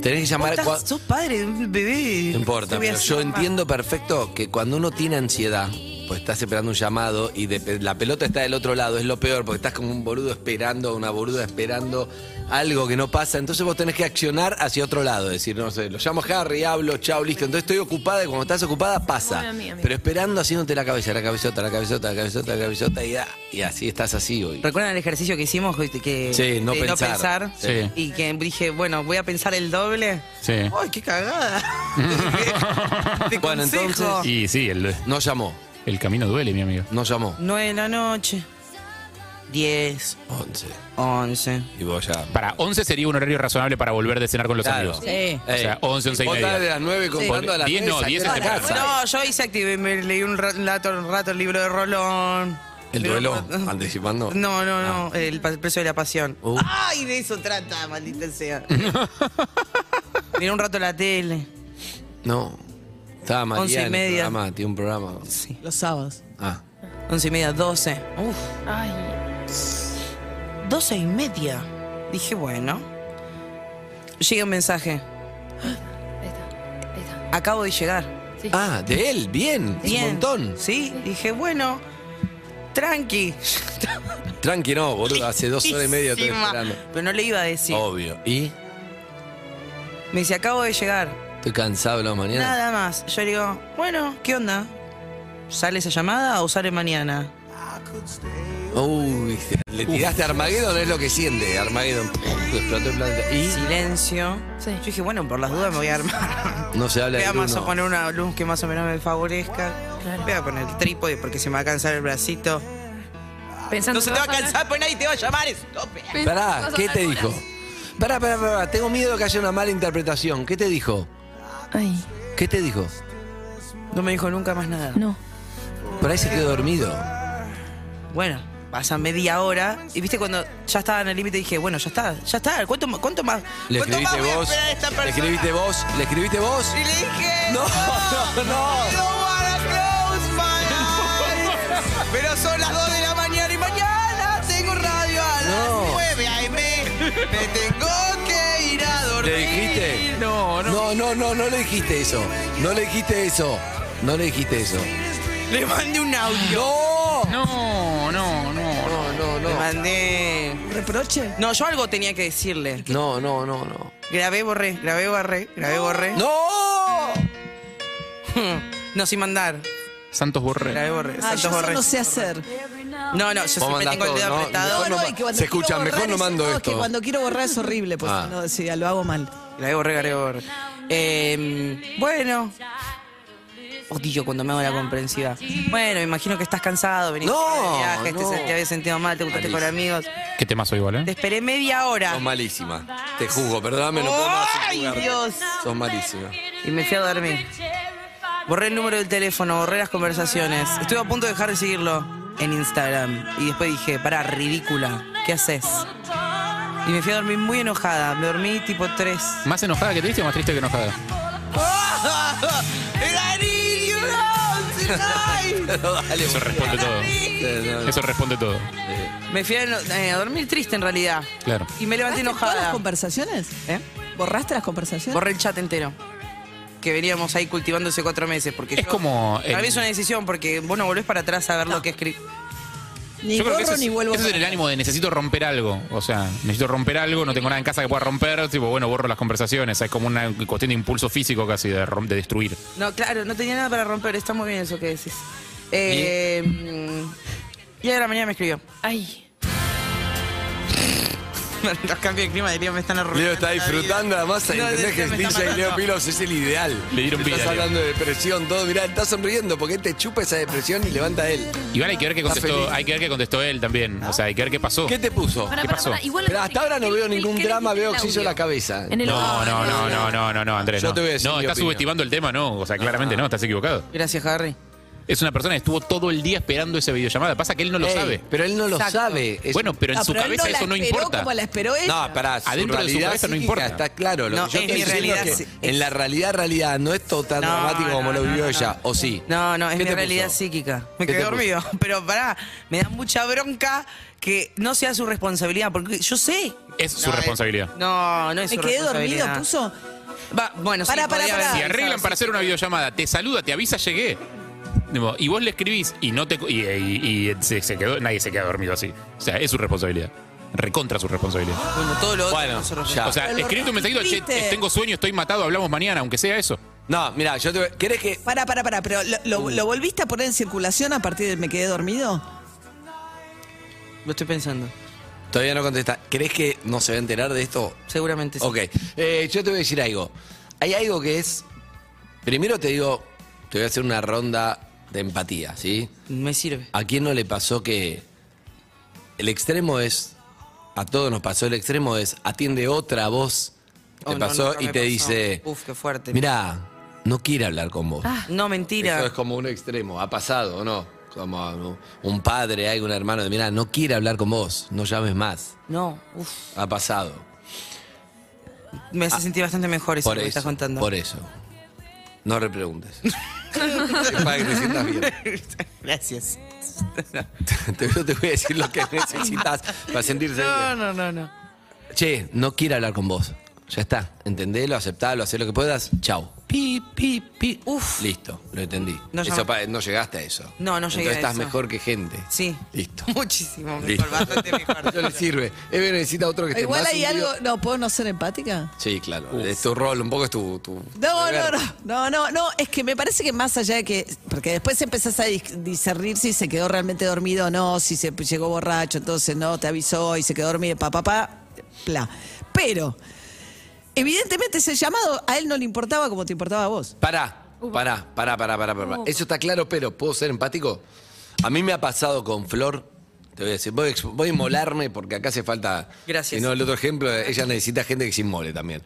Speaker 9: Tenés que llamar.
Speaker 12: Estás-
Speaker 9: cua-
Speaker 12: Sos padre de un bebé.
Speaker 9: No importa,
Speaker 12: Te voy a
Speaker 9: pero
Speaker 12: hacer
Speaker 9: yo
Speaker 12: mal.
Speaker 9: entiendo perfecto que cuando uno tiene ansiedad, pues estás esperando un llamado y de- la pelota está del otro lado, es lo peor, porque estás como un boludo esperando, una boluda esperando algo que no pasa, entonces vos tenés que accionar hacia otro lado, decir, no sé, lo llamo a Harry, hablo, chao, listo, entonces estoy ocupada y cuando estás ocupada pasa,
Speaker 11: Bueno, a mí, a mí.
Speaker 9: pero esperando haciéndote la cabeza, la cabezota, la cabezota, la cabezota, la cabezota y, ah, y así estás así hoy.
Speaker 12: ¿Recuerdan el ejercicio que hicimos? Que,
Speaker 9: Sí, no
Speaker 12: de
Speaker 9: pensar. Sí.
Speaker 12: Y que dije, bueno, voy a pensar el doble.
Speaker 10: Sí.
Speaker 12: ¡Ay, qué cagada!
Speaker 9: Bueno, entonces...
Speaker 12: consejo.
Speaker 10: Y sí, el,
Speaker 9: no llamó.
Speaker 10: El camino duele, mi amigo.
Speaker 9: No llamó.
Speaker 12: 9 de la noche. 10.
Speaker 9: 11.
Speaker 12: 11.
Speaker 9: Y vos ya.
Speaker 10: Para 11 sería un horario razonable para volver de cenar con los
Speaker 9: Claro.
Speaker 10: amigos.
Speaker 12: Sí.
Speaker 10: O sea, 11, 11 y
Speaker 9: Vos estás de
Speaker 10: media.
Speaker 9: las 9 contando a las
Speaker 10: 10 no,
Speaker 9: 3,
Speaker 10: 10 es
Speaker 9: saqué la
Speaker 10: temprano.
Speaker 9: casa.
Speaker 12: No, yo hice activé, me leí un ra- un rato, un rato el libro de Rolón.
Speaker 9: El duelo, Ah, anticipando.
Speaker 12: No, no, no, el, pa- el precio de la pasión.
Speaker 9: Ah. Uh.
Speaker 12: ¡Ay, de eso trata, maldita sea! Miré un rato la tele.
Speaker 9: No. Estaba María
Speaker 12: Once y
Speaker 9: en el
Speaker 12: media.
Speaker 9: programa, tiene un programa.
Speaker 12: Sí.
Speaker 15: Los sábados.
Speaker 9: Ah.
Speaker 12: 11 y media, 12. Uf.
Speaker 11: Ay.
Speaker 12: 12 y media. Dije, bueno. Llega un mensaje. Acabo de llegar.
Speaker 9: Ah, de él, bien,
Speaker 12: Bien.
Speaker 9: un montón.
Speaker 12: Sí, dije, bueno, tranqui.
Speaker 9: Tranqui, no, boludo, hace dos horas y media estoy
Speaker 12: Encima.
Speaker 9: esperando.
Speaker 12: Pero no le iba a decir.
Speaker 9: Obvio. ¿Y?
Speaker 12: Me dice, acabo de llegar.
Speaker 9: Estoy cansado de la mañana.
Speaker 12: Nada más. Yo le digo, bueno, ¿qué onda? ¿Sale esa llamada o sale mañana?
Speaker 9: Uy, le tiraste a Armageddon, es lo que siente, Armageddon. Explotó el planeta. ¿Y?
Speaker 12: Silencio. Yo dije, bueno, por las dudas me voy a armar.
Speaker 9: No se habla
Speaker 12: Voy
Speaker 9: de
Speaker 12: a más o
Speaker 9: uno.
Speaker 12: poner una luz que más o menos me favorezca. Voy a poner el trípode porque se me va a cansar el bracito.
Speaker 11: Pensando
Speaker 12: no se te va a cansar, pues nadie te va a llamar, estúpido.
Speaker 9: Pará, ¿qué te dijo? Pará, pará, pará, tengo miedo que haya una mala interpretación. ¿Qué te dijo?
Speaker 11: Ay,
Speaker 9: ¿Qué te dijo?
Speaker 12: No me dijo nunca más nada.
Speaker 11: no.
Speaker 9: Por ahí se quedó dormido.
Speaker 12: Bueno, pasa media hora y viste cuando ya estaba en el límite dije, bueno, ya está, ya está. ¿Cuánto, ma- cuánto más?
Speaker 9: Le
Speaker 12: ¿Cuánto más
Speaker 9: escribiste
Speaker 12: voy a
Speaker 9: vos,
Speaker 12: esperar a esta
Speaker 9: le
Speaker 12: persona?
Speaker 9: escribiste vos, le escribiste vos.
Speaker 12: Y le dije,
Speaker 9: No, no, no.
Speaker 12: I don't wanna close my eyes. Pero son las 2 de la mañana y mañana tengo radio a las
Speaker 9: No.
Speaker 12: 9 AM. Me tengo que ir a dormir.
Speaker 9: ¿Le dijiste? No, no. No, no, no, le dijiste eso. No le dijiste eso. No le dijiste eso.
Speaker 12: Le mandé un audio.
Speaker 10: No,
Speaker 9: ¡No!
Speaker 10: no, no.
Speaker 9: No, no,
Speaker 12: Le
Speaker 9: no.
Speaker 12: mandé.
Speaker 15: ¿Reproche?
Speaker 12: No, yo algo tenía que decirle.
Speaker 9: No, no, no, no.
Speaker 12: Grabé, borré, grabé, borré, grabé, borré.
Speaker 9: ¡No!
Speaker 12: No, sin mandar.
Speaker 10: Santos Borré.
Speaker 12: Grabé, borré.
Speaker 15: Ah,
Speaker 12: Santos
Speaker 15: yo eso
Speaker 12: borré.
Speaker 15: no sé hacer.
Speaker 12: No, no, yo siempre
Speaker 9: mandás
Speaker 12: tengo el dedo
Speaker 9: todo, ¿no?
Speaker 12: apretado.
Speaker 9: Mejor no
Speaker 15: y que cuando
Speaker 9: Se
Speaker 15: quiero
Speaker 9: escucha,
Speaker 15: borrar
Speaker 9: mejor no
Speaker 15: eso-
Speaker 9: mando
Speaker 15: no, es que
Speaker 9: esto.
Speaker 15: cuando quiero borrar es horrible, pues
Speaker 9: Ah.
Speaker 15: si no, si lo hago mal.
Speaker 12: Grabé, borré, grabé, borré. Eh, bueno. Odio cuando me hago la comprensiva. Bueno, me imagino que estás cansado, venís
Speaker 9: No,
Speaker 12: de viaje, te,
Speaker 9: no.
Speaker 12: sen- te habías sentido mal, te gustaste con amigos.
Speaker 10: Qué tema soy igual,
Speaker 12: Te
Speaker 10: ¿eh?
Speaker 12: esperé media hora.
Speaker 9: Sos malísima. Te juzgo, perdóname, no puedo más
Speaker 12: ¡Ay,
Speaker 9: juzgarte.
Speaker 12: Dios!
Speaker 9: Sos malísima.
Speaker 12: Y me fui a dormir. Borré el número del teléfono, borré las conversaciones. Estuve a punto de dejar de seguirlo en Instagram. Y después dije, pará, ridícula, ¿qué haces? Y me fui a dormir muy enojada. Me dormí tipo 3.
Speaker 10: ¿Más enojada que triste o más triste que enojada?
Speaker 9: No, dale,
Speaker 10: Eso responde todo. Eso responde todo.
Speaker 12: Me fui a, no- eh, a dormir triste en realidad.
Speaker 10: Claro.
Speaker 12: Y me levanté
Speaker 15: ¿Borraste todas las
Speaker 12: enojada.
Speaker 15: conversaciones?
Speaker 12: ¿Eh?
Speaker 15: ¿Borraste las conversaciones?
Speaker 12: Borré el chat entero. Que veníamos ahí cultivando hace cuatro meses. Porque
Speaker 10: Es
Speaker 12: yo-
Speaker 10: como el-
Speaker 12: Para mí es una decisión porque vos no volvés para atrás a ver lo que escribí.
Speaker 15: Ni
Speaker 10: Yo creo que ese
Speaker 15: corro
Speaker 10: es-
Speaker 15: ni vuelvo
Speaker 10: ese es el
Speaker 15: atrás.
Speaker 10: ánimo de necesito romper algo. O sea, necesito romper algo, no tengo nada en casa que pueda romper. Tipo, bueno, borro las conversaciones. Es como una cuestión de impulso físico casi, de, rom- de destruir.
Speaker 12: No, claro, no tenía nada para romper. Está muy bien eso que decís. Eh, mm, y de la mañana me escribió.
Speaker 11: Ay.
Speaker 12: Los cambios de clima de Leo me están arruinando.
Speaker 9: Leo está
Speaker 12: la vida.
Speaker 9: disfrutando además,
Speaker 12: No,
Speaker 9: entendés
Speaker 12: Leo
Speaker 9: que
Speaker 12: me está
Speaker 9: DJ Leo
Speaker 12: matando.
Speaker 9: Pilos es el ideal.
Speaker 10: Le dieron
Speaker 9: Estás
Speaker 10: vida, Leo.
Speaker 9: hablando de depresión, todo, mirá, está sonriendo porque él te chupa esa depresión y levanta a él.
Speaker 10: Igual hay que ver qué
Speaker 9: Está
Speaker 10: contestó,
Speaker 9: feliz.
Speaker 10: hay que ver qué contestó él también. O sea, hay que ver qué pasó.
Speaker 9: ¿Qué te puso?
Speaker 11: Pará,
Speaker 10: ¿Qué
Speaker 11: pará,
Speaker 10: pasó?
Speaker 11: pará. Igual
Speaker 9: Pero hasta ahora no veo ningún drama, veo oxillo la cabeza.
Speaker 11: En el-
Speaker 10: No, no, no, no, no, no, no, Andrés.
Speaker 9: Yo
Speaker 10: no.
Speaker 9: te voy a decir
Speaker 10: no,
Speaker 9: mi
Speaker 10: estás
Speaker 9: opinión.
Speaker 10: subestimando el tema, no. O sea, claramente no, estás equivocado.
Speaker 12: Gracias, Harry.
Speaker 10: Es una persona que estuvo todo el día esperando esa videollamada. Pasa que él no lo
Speaker 9: Ey,
Speaker 10: sabe.
Speaker 9: Pero él no lo sabe. Es-
Speaker 10: Bueno, pero en
Speaker 15: No,
Speaker 10: su
Speaker 15: pero él
Speaker 10: cabeza
Speaker 15: no la
Speaker 10: eso no
Speaker 15: esperó
Speaker 10: importa.
Speaker 15: como la esperó ella.
Speaker 9: No, pará, su
Speaker 10: Adentro de su
Speaker 9: realidad
Speaker 10: cabeza no
Speaker 9: psíquica
Speaker 10: importa.
Speaker 9: Está claro. Lo
Speaker 12: No,
Speaker 9: que yo
Speaker 12: es
Speaker 9: estoy
Speaker 12: mi
Speaker 9: diciendo
Speaker 12: realidad,
Speaker 9: es que
Speaker 12: sí.
Speaker 9: en la realidad, realidad, no es todo tan
Speaker 12: No,
Speaker 9: dramático
Speaker 12: no,
Speaker 9: como lo
Speaker 12: no,
Speaker 9: vivió
Speaker 12: no,
Speaker 9: ella, ¿o sí?
Speaker 12: No, no, es
Speaker 9: ¿Qué
Speaker 12: mi
Speaker 9: te
Speaker 12: realidad
Speaker 9: puso?
Speaker 12: psíquica. Me
Speaker 9: ¿Qué
Speaker 12: quedé
Speaker 9: te puso?
Speaker 12: dormido. Pero pará, me da mucha bronca que no sea su responsabilidad, porque yo sé.
Speaker 10: Es
Speaker 9: eh,
Speaker 10: su responsabilidad.
Speaker 9: ah,
Speaker 12: No, no es
Speaker 15: Me
Speaker 12: su
Speaker 15: quedé dormido,
Speaker 12: responsabilidad.
Speaker 15: puso.
Speaker 12: Va, bueno,
Speaker 15: Pará,
Speaker 12: sí, podía haber
Speaker 15: pará, pará.
Speaker 10: Si
Speaker 12: avisado,
Speaker 10: arreglan para
Speaker 12: sí.
Speaker 10: hacer una videollamada, te saluda, te avisa, llegué. Digo, Y vos le escribís y no te y, y- y se, se quedó, nadie se queda dormido así. O sea, es su responsabilidad. Recontra su responsabilidad.
Speaker 12: Bueno, todo lo otro
Speaker 9: Bueno,
Speaker 12: nosotros
Speaker 9: ya.
Speaker 10: O sea,
Speaker 15: Pero lo
Speaker 10: escribiste un mensajito, che,
Speaker 15: rompiste.
Speaker 10: tengo sueño, estoy matado, hablamos mañana, aunque sea eso.
Speaker 9: No, mira, yo te voy- ¿Querés que.?
Speaker 15: Pará, pará, pará. Pero lo, lo- lo volviste a poner en circulación a partir de me quedé dormido.
Speaker 12: Lo estoy pensando.
Speaker 9: Todavía no contesta. ¿Crees que no se va a enterar de esto?
Speaker 12: Seguramente sí.
Speaker 9: Ok. Eh, yo te voy a decir algo. Hay algo que es. Primero te digo, te voy a hacer una ronda de empatía, ¿sí?
Speaker 12: Me sirve.
Speaker 9: ¿A quién no le pasó que el extremo es. A todos nos pasó, el extremo es atiende otra voz. Te
Speaker 12: Oh, no,
Speaker 9: pasó
Speaker 12: nunca
Speaker 9: y
Speaker 12: me
Speaker 9: te
Speaker 12: pasó.
Speaker 9: dice.
Speaker 12: Uf, qué fuerte.
Speaker 9: Mirá, no quiere hablar con vos.
Speaker 12: No, mentira.
Speaker 9: Eso es como un extremo, ha pasado, ¿o ¿no? Como ¿no? un padre, algún hermano, de, mira, no quiere hablar con vos, no llames más.
Speaker 12: No, uf.
Speaker 9: Ha pasado.
Speaker 12: Me hace sentir bastante mejor eso
Speaker 9: Ah, Por
Speaker 12: que me
Speaker 9: eso.
Speaker 12: estás contando.
Speaker 9: Por eso. No repreguntes. Es para que te sientas bien.
Speaker 12: Gracias.
Speaker 9: Te- Yo te voy a decir lo que necesitas para sentirse
Speaker 12: No,
Speaker 9: bien.
Speaker 12: no, no, no.
Speaker 9: Che, no quiere hablar con vos. Ya está. Entendelo, aceptalo, hacé lo que puedas. Chau. Pi, pi, pi. Uf. Listo, lo entendí.
Speaker 12: No
Speaker 9: Eso
Speaker 12: llama-
Speaker 9: pa- no llegaste a eso.
Speaker 12: No, no llegué a
Speaker 9: Entonces estás
Speaker 12: eso.
Speaker 9: mejor que gente.
Speaker 12: Sí.
Speaker 9: Listo.
Speaker 12: Muchísimo mejor,
Speaker 9: Listo.
Speaker 12: bastante mejor.
Speaker 9: No le sirve. Eve necesita otro que esté
Speaker 15: Igual
Speaker 9: más
Speaker 15: hay
Speaker 9: hundido.
Speaker 15: algo. No, ¿puedo no ser empática?
Speaker 9: Sí, claro. Es tu rol, un poco es tu. tu-
Speaker 15: No, no,
Speaker 9: deber.
Speaker 15: no, no, no, no, es que me parece que más allá de que, porque después empezás a dis- discernir si se quedó realmente dormido o no, si se llegó borracho, entonces no, te avisó y se quedó dormido, pa, pa, pa, bla. Pero, evidentemente ese llamado a él no le importaba como te importaba a vos.
Speaker 9: Pará, pará, pará, pará, pará, pará. Eso está claro, pero ¿puedo ser empático? A mí me ha pasado con Flor. Te voy a decir, voy a, exp- voy a inmolarme porque acá hace falta.
Speaker 12: Gracias.
Speaker 9: Si no, el otro ejemplo, ella necesita gente que se inmole también.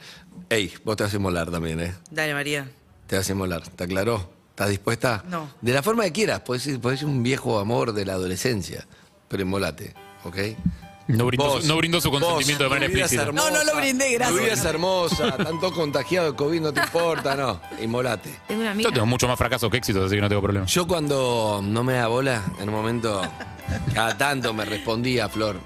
Speaker 9: Ey, vos te vas a inmolar también, ¿eh?
Speaker 12: Dale, María.
Speaker 9: Te vas a inmolar, ¿te aclaró? ¿Estás dispuesta?
Speaker 12: No.
Speaker 9: De la forma que quieras, podés ser podés ser un viejo amor de la adolescencia, pero inmolate, ¿ok?
Speaker 10: No brindó,
Speaker 9: Vos,
Speaker 10: su, no brindó su
Speaker 9: vos,
Speaker 10: consentimiento de manera
Speaker 9: tu vida es
Speaker 10: explícita.
Speaker 9: hermosa,
Speaker 15: No, no lo brindé, gracias.
Speaker 9: Tu vida es hermosa, tanto contagiado de COVID, no te importa, no. Inmolate.
Speaker 11: Tengo una
Speaker 10: Yo
Speaker 11: amiga.
Speaker 10: tengo mucho más fracaso que éxito, así que no tengo problema.
Speaker 9: Yo cuando no me da bola, en un momento, cada tanto me respondía, Flor.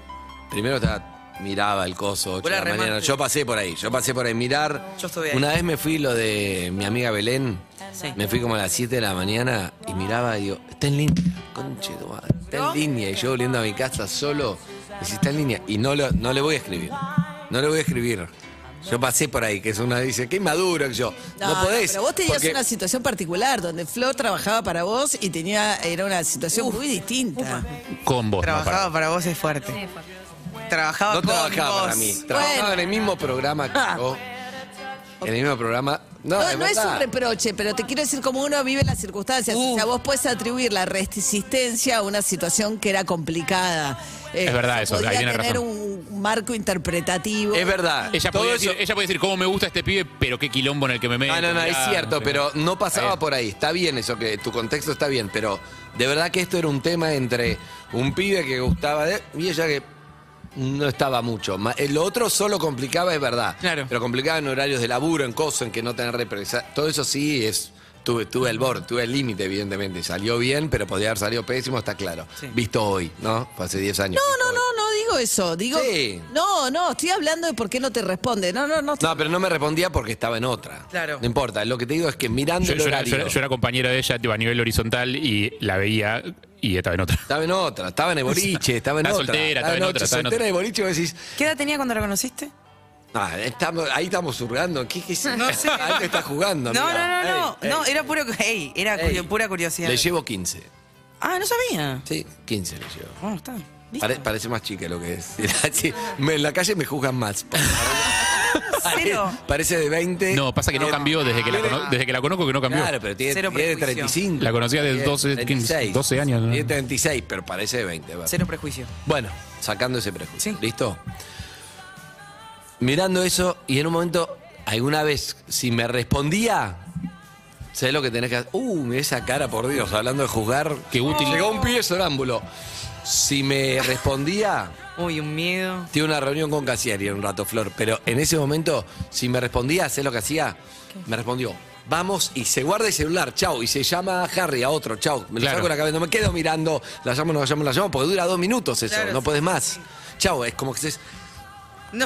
Speaker 9: Primero estaba- miraba el coso, ocho
Speaker 12: Vos
Speaker 9: de
Speaker 12: la
Speaker 9: la mañana.
Speaker 12: remaste.
Speaker 9: Yo pasé por ahí, yo pasé por ahí mirar.
Speaker 12: Yo estuve ahí.
Speaker 9: Una vez me fui lo de mi amiga Belén.
Speaker 12: Sí.
Speaker 9: Me fui como a las 7 de la mañana y miraba y digo, está en línea. Conche, tu madre, está en línea. Y yo volviendo a mi casa solo, y si está en línea. Y no, lo- no le voy a escribir. No le voy a escribir. Yo pasé por ahí, que es una dice, qué maduro que yo. No, podés.
Speaker 15: pero vos tenías
Speaker 9: porque-
Speaker 15: una situación particular donde Flor trabajaba para vos y tenía, era una situación muy distinta.
Speaker 10: Con vos, no,
Speaker 12: Trabajaba
Speaker 10: para.
Speaker 12: para... vos es fuerte. Trabajaba
Speaker 9: No
Speaker 12: con
Speaker 9: trabajaba
Speaker 12: vos.
Speaker 9: para mí. Trabajaba
Speaker 15: Bueno. Ah.
Speaker 9: en el mismo programa que yo. En el mismo programa. No,
Speaker 15: No,
Speaker 9: de
Speaker 15: no es
Speaker 9: verdad.
Speaker 15: un reproche, pero te quiero decir como uno vive las circunstancias. O sea, vos puedes atribuir la resistencia a una situación que era complicada. Eh,
Speaker 10: Es verdad
Speaker 15: se
Speaker 10: eso, ahí
Speaker 15: podía
Speaker 10: tiene
Speaker 15: tener
Speaker 10: razón.
Speaker 15: un marco interpretativo.
Speaker 9: Es verdad.
Speaker 10: Ella
Speaker 9: Todo
Speaker 10: podía,
Speaker 9: eso-
Speaker 10: decir, ella podía decir, ¿cómo me gusta este pibe, pero qué quilombo en el que me meto?
Speaker 9: No, no, no, es
Speaker 10: mirá,
Speaker 9: cierto,
Speaker 10: sé.
Speaker 9: pero no pasaba
Speaker 10: Está
Speaker 9: por ahí. Está bien eso, que tu contexto está bien, pero de verdad que esto era un tema entre un pibe que gustaba de. y ella que no estaba mucho. Ma- eh, Lo otro solo complicaba, es verdad.
Speaker 12: Claro.
Speaker 9: Pero complicaba en horarios de laburo, en cosas, en que no tener represalia. Todo eso sí es. Tuve, tuve el borde, tuve el límite, evidentemente. Salió bien, pero podía haber salido pésimo, está claro.
Speaker 12: Sí.
Speaker 9: Visto hoy, ¿no? Fue hace 10 años.
Speaker 15: No, no, no, no digo eso. Digo,
Speaker 9: Sí.
Speaker 15: no, no, estoy hablando de por qué no te responde. No, no, no. estoy-
Speaker 9: No, pero no me respondía porque estaba en otra.
Speaker 12: Claro.
Speaker 9: No importa, lo que te digo es que mirando
Speaker 10: Yo,
Speaker 9: el
Speaker 10: yo era,
Speaker 9: horario...
Speaker 10: yo era- yo era compañero de ella tipo, a nivel horizontal y la veía Y estaba en otra.
Speaker 9: Estaba en otra, estaba en el boliche, estaba en
Speaker 10: Estaba
Speaker 9: otra.
Speaker 10: soltera, estaba en otra, estaba en
Speaker 9: soltera
Speaker 10: otra.
Speaker 9: de boliche, vos decís,
Speaker 12: ¿Qué edad tenía cuando la conociste?
Speaker 9: ah, estamos, ahí estamos surgando, ¿qué, qué es?
Speaker 12: No sé.
Speaker 9: Ahí te estás jugando,
Speaker 12: No, no,
Speaker 9: amiga.
Speaker 12: no, no.
Speaker 9: Ey,
Speaker 12: no,
Speaker 9: ey.
Speaker 12: era puro, ey, era
Speaker 9: Ey.
Speaker 12: curio- pura curiosidad.
Speaker 9: Le llevo 15.
Speaker 12: Ah, no sabía.
Speaker 9: Sí, 15 le llevo.
Speaker 12: Bueno, está.
Speaker 9: Pare- parece más chica lo que es. Sí, me- en la calle me juzgan más.
Speaker 12: Cero.
Speaker 9: Parece de 20.
Speaker 10: No, pasa que no cambió desde que la, cono- desde que la conozco que no cambió.
Speaker 9: Claro, pero tiene,
Speaker 12: Cero
Speaker 9: tiene
Speaker 12: prejuicio.
Speaker 9: 35.
Speaker 10: La conocía de
Speaker 9: Tiene
Speaker 10: 12, 15,
Speaker 9: 36.
Speaker 10: 12 años. ¿no?
Speaker 9: Tiene 36, pero parece de 20. ¿verdad?
Speaker 12: Cero prejuicio.
Speaker 9: Bueno, sacando ese prejuicio. ¿Listo? Mirando eso, y en un momento, alguna vez, si me respondía, sé lo que tenés que hacer. Uh, mirá esa cara, por Dios, hablando de juzgar.
Speaker 10: Qué útil.
Speaker 9: Llegó un pibe sonámbulo. Si me respondía.
Speaker 12: Uy, un miedo.
Speaker 9: Tiene una reunión con Casiari en un rato, Flor, pero en ese momento, si me respondía, sé lo que hacía, me respondió, vamos, y se guarda el celular, chau, y se llama Harry a otro, chau, me lo
Speaker 10: Claro.
Speaker 9: saco de la cabeza, no me quedo mirando, la llamo, no la llamo, la llamo, porque dura dos minutos eso,
Speaker 12: Claro,
Speaker 9: no
Speaker 12: sí,
Speaker 9: puedes más. Chau, es como que se-
Speaker 12: No.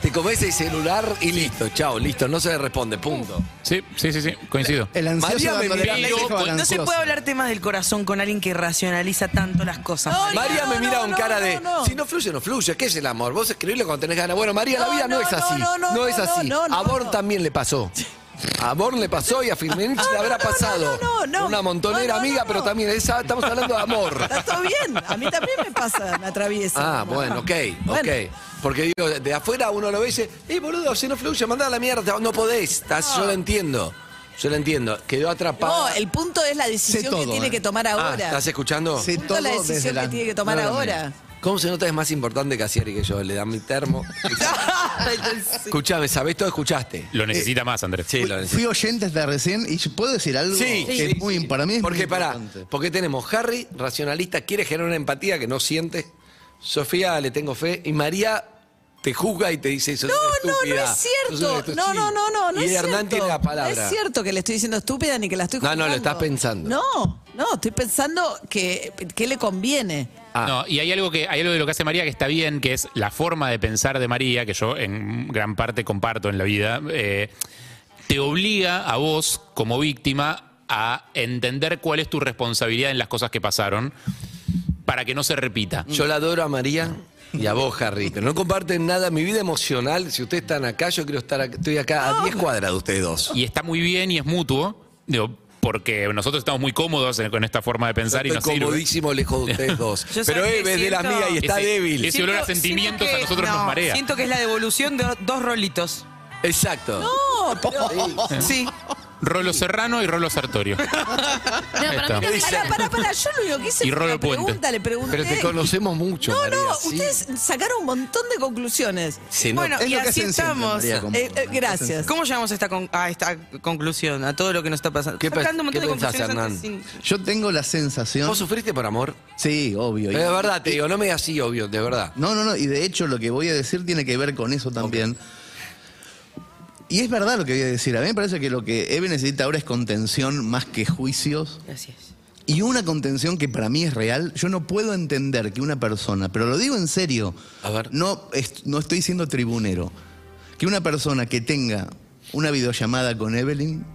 Speaker 9: te comes el celular y listo, chau, listo, no se le responde, punto.
Speaker 10: Sí, sí, sí, sí, coincido.
Speaker 9: El ansioso María me dándole la mira-
Speaker 12: Pero,
Speaker 9: pendeja
Speaker 12: pues, no se
Speaker 9: balanceosa.
Speaker 12: puede hablar temas del corazón con alguien que racionaliza tanto las cosas.
Speaker 9: María me mira con cara de, si no fluye, no fluye, ¿qué es el amor? Vos escribirlo cuando tenés ganas. Bueno, María, la
Speaker 15: No,
Speaker 9: vida no,
Speaker 15: no,
Speaker 9: es
Speaker 15: no,
Speaker 9: así. No,
Speaker 15: no, no,
Speaker 9: es
Speaker 15: no,
Speaker 9: así.
Speaker 15: no, no,
Speaker 9: a Born
Speaker 15: no.
Speaker 9: también le pasó. A Born le pasó y a Firmenich le habrá pasado.
Speaker 15: no, no.
Speaker 9: Una montonera
Speaker 15: No, no, no,
Speaker 9: amiga,
Speaker 15: no.
Speaker 9: pero también esa, estamos hablando de amor.
Speaker 15: Está todo bien. A mí también me pasa, me atraviesa.
Speaker 9: Ah, bueno, ok,
Speaker 15: Bueno.
Speaker 9: ok. Porque digo, de afuera uno lo ve y dice, eh, boludo, si no fluye, mandá a la mierda, no podés. Estás- Yo lo entiendo. Yo lo entiendo. Quedó atrapado.
Speaker 15: No, el punto es la decisión que
Speaker 16: todo,
Speaker 15: tiene
Speaker 16: eh.
Speaker 15: que tomar
Speaker 9: Ah,
Speaker 15: ahora.
Speaker 9: ¿Estás escuchando?
Speaker 15: El punto es la decisión que tiene que tomar ahora.
Speaker 9: ¿Cómo se nota es más importante que Asiari que yo? Le dan mi termo. Escuchame, ¿sabés todo? Escuchaste.
Speaker 10: Lo necesita más, Andrés.
Speaker 9: eh, Sí, lo
Speaker 16: Fui oyente hasta recién y puedo decir algo
Speaker 9: Sí,
Speaker 16: que
Speaker 9: sí,
Speaker 16: es muy, para mí es muy
Speaker 9: Porque pará,
Speaker 16: importante.
Speaker 9: porque tenemos Harry, racionalista, quiere generar una empatía que no siente. Sofía, le tengo fe. Y María te juzga y te dice, sos
Speaker 15: No,
Speaker 9: una
Speaker 15: no, no
Speaker 9: estúpida, sos
Speaker 15: es
Speaker 9: una
Speaker 15: cierto.
Speaker 9: estúpida".
Speaker 15: No, no, no, no, no
Speaker 9: Y
Speaker 15: es
Speaker 9: Hernán
Speaker 15: cierto.
Speaker 9: tiene la palabra.
Speaker 15: No es cierto que le estoy diciendo estúpida ni que la estoy
Speaker 9: No, no, lo estás
Speaker 15: juzgando.
Speaker 9: pensando.
Speaker 15: No, no, estoy pensando que, que le conviene.
Speaker 9: Ah.
Speaker 10: No, y hay algo que hay algo de lo que hace María que está bien, que es la forma de pensar de María, que yo en gran parte comparto en la vida, eh, te obliga a vos como víctima a entender cuál es tu responsabilidad en las cosas que pasaron para que no se repita.
Speaker 9: Yo la adoro a María y a vos, Harry, pero no comparten nada. Mi vida emocional, si ustedes están acá, yo quiero estar acá. Estoy acá a 10 cuadras de ustedes dos.
Speaker 10: Y está muy bien y es mutuo, digo, porque nosotros estamos muy cómodos en- con esta forma de pensar y
Speaker 9: Estoy
Speaker 10: nos sirve.
Speaker 9: comodísimo lejos de ustedes dos.
Speaker 12: Yo
Speaker 9: pero
Speaker 12: sabes
Speaker 9: Eve
Speaker 12: que
Speaker 9: es de las
Speaker 12: siento-
Speaker 9: mías y está
Speaker 10: Ese-
Speaker 9: débil.
Speaker 10: ese olor a sentimientos a nosotros nos
Speaker 12: no,
Speaker 10: marea.
Speaker 12: Siento que es la devolución de dos rolitos.
Speaker 9: Exacto.
Speaker 15: No, pero-
Speaker 12: Sí.
Speaker 10: Rolo Serrano y Rolo Sartorio. Ahí está.
Speaker 15: Pará, pará, pará, yo lo único que hice
Speaker 10: Y
Speaker 15: fue
Speaker 10: Rolo
Speaker 15: una
Speaker 10: Puente.
Speaker 15: pregunta, le pregunté.
Speaker 9: Pero te conocemos mucho,
Speaker 15: No,
Speaker 9: María.
Speaker 15: no,
Speaker 9: sí.
Speaker 15: ustedes sacaron un montón de conclusiones.
Speaker 9: Se
Speaker 12: Bueno,
Speaker 9: nota.
Speaker 12: y así estamos.
Speaker 15: Eh, eh, gracias.
Speaker 12: ¿Cómo llegamos a esta, con- a esta conclusión? A todo lo que nos está pasando.
Speaker 9: ¿Qué
Speaker 12: Sacando un montón
Speaker 9: pens- qué
Speaker 12: de
Speaker 9: pensás,
Speaker 12: conclusiones
Speaker 9: Hernán?
Speaker 12: antes sin-
Speaker 16: Yo tengo la sensación.
Speaker 9: ¿Vos sufriste por amor?
Speaker 16: Sí, obvio.
Speaker 9: Pero de verdad, te digo, no me digas así, obvio, de verdad.
Speaker 16: No, no, no. Y de hecho, lo que voy a decir tiene que ver con eso también. Y es verdad lo que voy a decir. A mí me parece que lo que Eve necesita ahora es contención más que juicios.
Speaker 12: Gracias.
Speaker 16: Y una contención que para mí es real, yo no puedo entender que una persona, pero lo digo en serio, No, est- no estoy siendo tribunero, que una persona que tenga una videollamada con Evelyn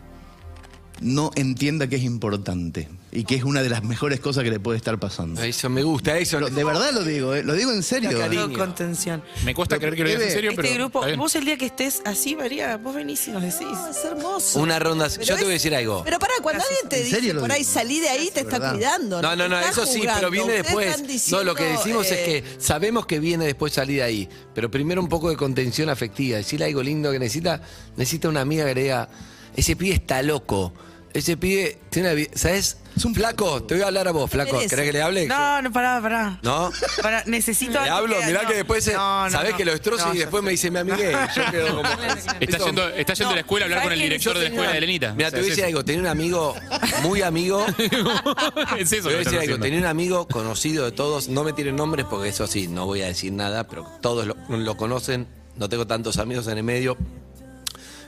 Speaker 16: no entienda que es importante y que es una de las mejores cosas que le puede estar pasando.
Speaker 9: Eso me gusta, eso.
Speaker 16: de verdad lo digo, eh, lo digo en serio. eh.
Speaker 12: Todo contención.
Speaker 10: Me cuesta creer que lo digas en serio, pero.
Speaker 12: Este grupo,
Speaker 10: está bien.
Speaker 12: vos el día que estés así, María, vos venís y nos decís.
Speaker 15: Es hermoso.
Speaker 9: Una ronda.
Speaker 15: Pero
Speaker 9: yo te voy a
Speaker 15: es-
Speaker 9: decir algo.
Speaker 15: Pero pará, cuando
Speaker 12: Gracias.
Speaker 15: alguien te
Speaker 9: ¿En serio
Speaker 15: dice
Speaker 9: lo
Speaker 15: por
Speaker 9: digo?
Speaker 15: ahí salí de ahí, te está
Speaker 9: ¿verdad?
Speaker 15: cuidando.
Speaker 9: No, no,
Speaker 15: te
Speaker 9: no,
Speaker 15: está
Speaker 9: eso sí,
Speaker 15: jugando.
Speaker 9: pero viene
Speaker 15: Ustedes
Speaker 9: después.
Speaker 15: están
Speaker 9: no, lo que
Speaker 15: diciendo,
Speaker 9: decimos
Speaker 15: eh,
Speaker 9: es que sabemos que viene después salir ahí, pero primero un poco de contención afectiva. Decirle algo lindo que necesita, necesita una amiga que le diga, ese pibe está loco. Ese pibe tiene una vi- ¿Sabes? Es un flaco, te voy a hablar a vos, flaco.
Speaker 12: merece.
Speaker 9: ¿Querés que le hable?
Speaker 12: No, no, pará, pará.
Speaker 9: ¿No?
Speaker 12: Pará, necesito.
Speaker 9: Le
Speaker 12: algo
Speaker 9: hablo, mirá
Speaker 12: no.
Speaker 9: que después se-
Speaker 12: No, no,
Speaker 9: sabés
Speaker 12: no.
Speaker 9: que lo destrozo
Speaker 12: No,
Speaker 9: y
Speaker 12: ya
Speaker 9: después me dice, me amigué. y Yo quedo como.
Speaker 10: Está
Speaker 9: Eso-
Speaker 10: yendo, está yendo a la escuela a hablar con el director de la escuela de Elenita.
Speaker 9: Mira,
Speaker 10: O
Speaker 9: te
Speaker 10: sea,
Speaker 9: voy a
Speaker 10: es
Speaker 9: decir
Speaker 10: eso.
Speaker 9: algo. Tenía un amigo, muy amigo.
Speaker 10: Es
Speaker 9: Te
Speaker 10: eso.
Speaker 9: voy
Speaker 10: lo
Speaker 9: a
Speaker 10: que
Speaker 9: decir
Speaker 10: están
Speaker 9: algo.
Speaker 10: haciendo.
Speaker 9: Tenía un amigo conocido de todos. No me tienen nombres porque eso sí, no voy a decir nada, pero todos lo, lo conocen. No tengo tantos amigos en el medio.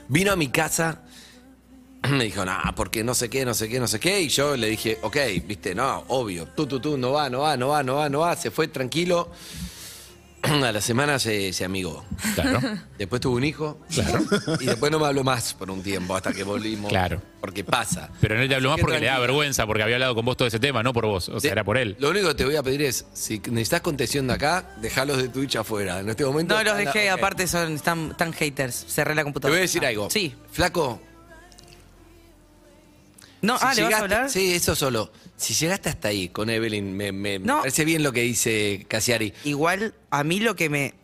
Speaker 9: Vino a mi casa. Me dijo, nah, porque no sé qué, no sé qué, no sé qué. Y yo le dije, ok, viste, no, obvio. Tú, tú, tú, no va, no va, no va, no va, no va. Se fue tranquilo. a la semana se, se amigó.
Speaker 10: Claro.
Speaker 9: Después tuvo un hijo.
Speaker 10: Claro.
Speaker 9: Y después no me habló más por un tiempo, hasta que volvimos.
Speaker 10: Claro.
Speaker 9: Porque pasa.
Speaker 10: Pero no te habló más
Speaker 9: que
Speaker 10: porque le da
Speaker 9: tranquila.
Speaker 10: vergüenza, porque había hablado con vos todo ese tema, no por vos. O sea,
Speaker 9: De-
Speaker 10: era por él.
Speaker 9: Lo único que te voy a pedir es, si necesitas contención de acá, dejalos de Twitch afuera. En este momento.
Speaker 12: No los
Speaker 9: están-
Speaker 12: dejé,
Speaker 9: ok.
Speaker 12: aparte son están tan haters. Cerré la
Speaker 9: Te
Speaker 12: computadora.
Speaker 9: voy a decir algo. Sí. Flaco.
Speaker 12: No, ah, ¿le vas a hablar?
Speaker 9: Sí, eso solo. Si llegaste hasta ahí con Evelyn, me, me- me parece bien lo que dice Casiari.
Speaker 12: Igual, a mí lo que me.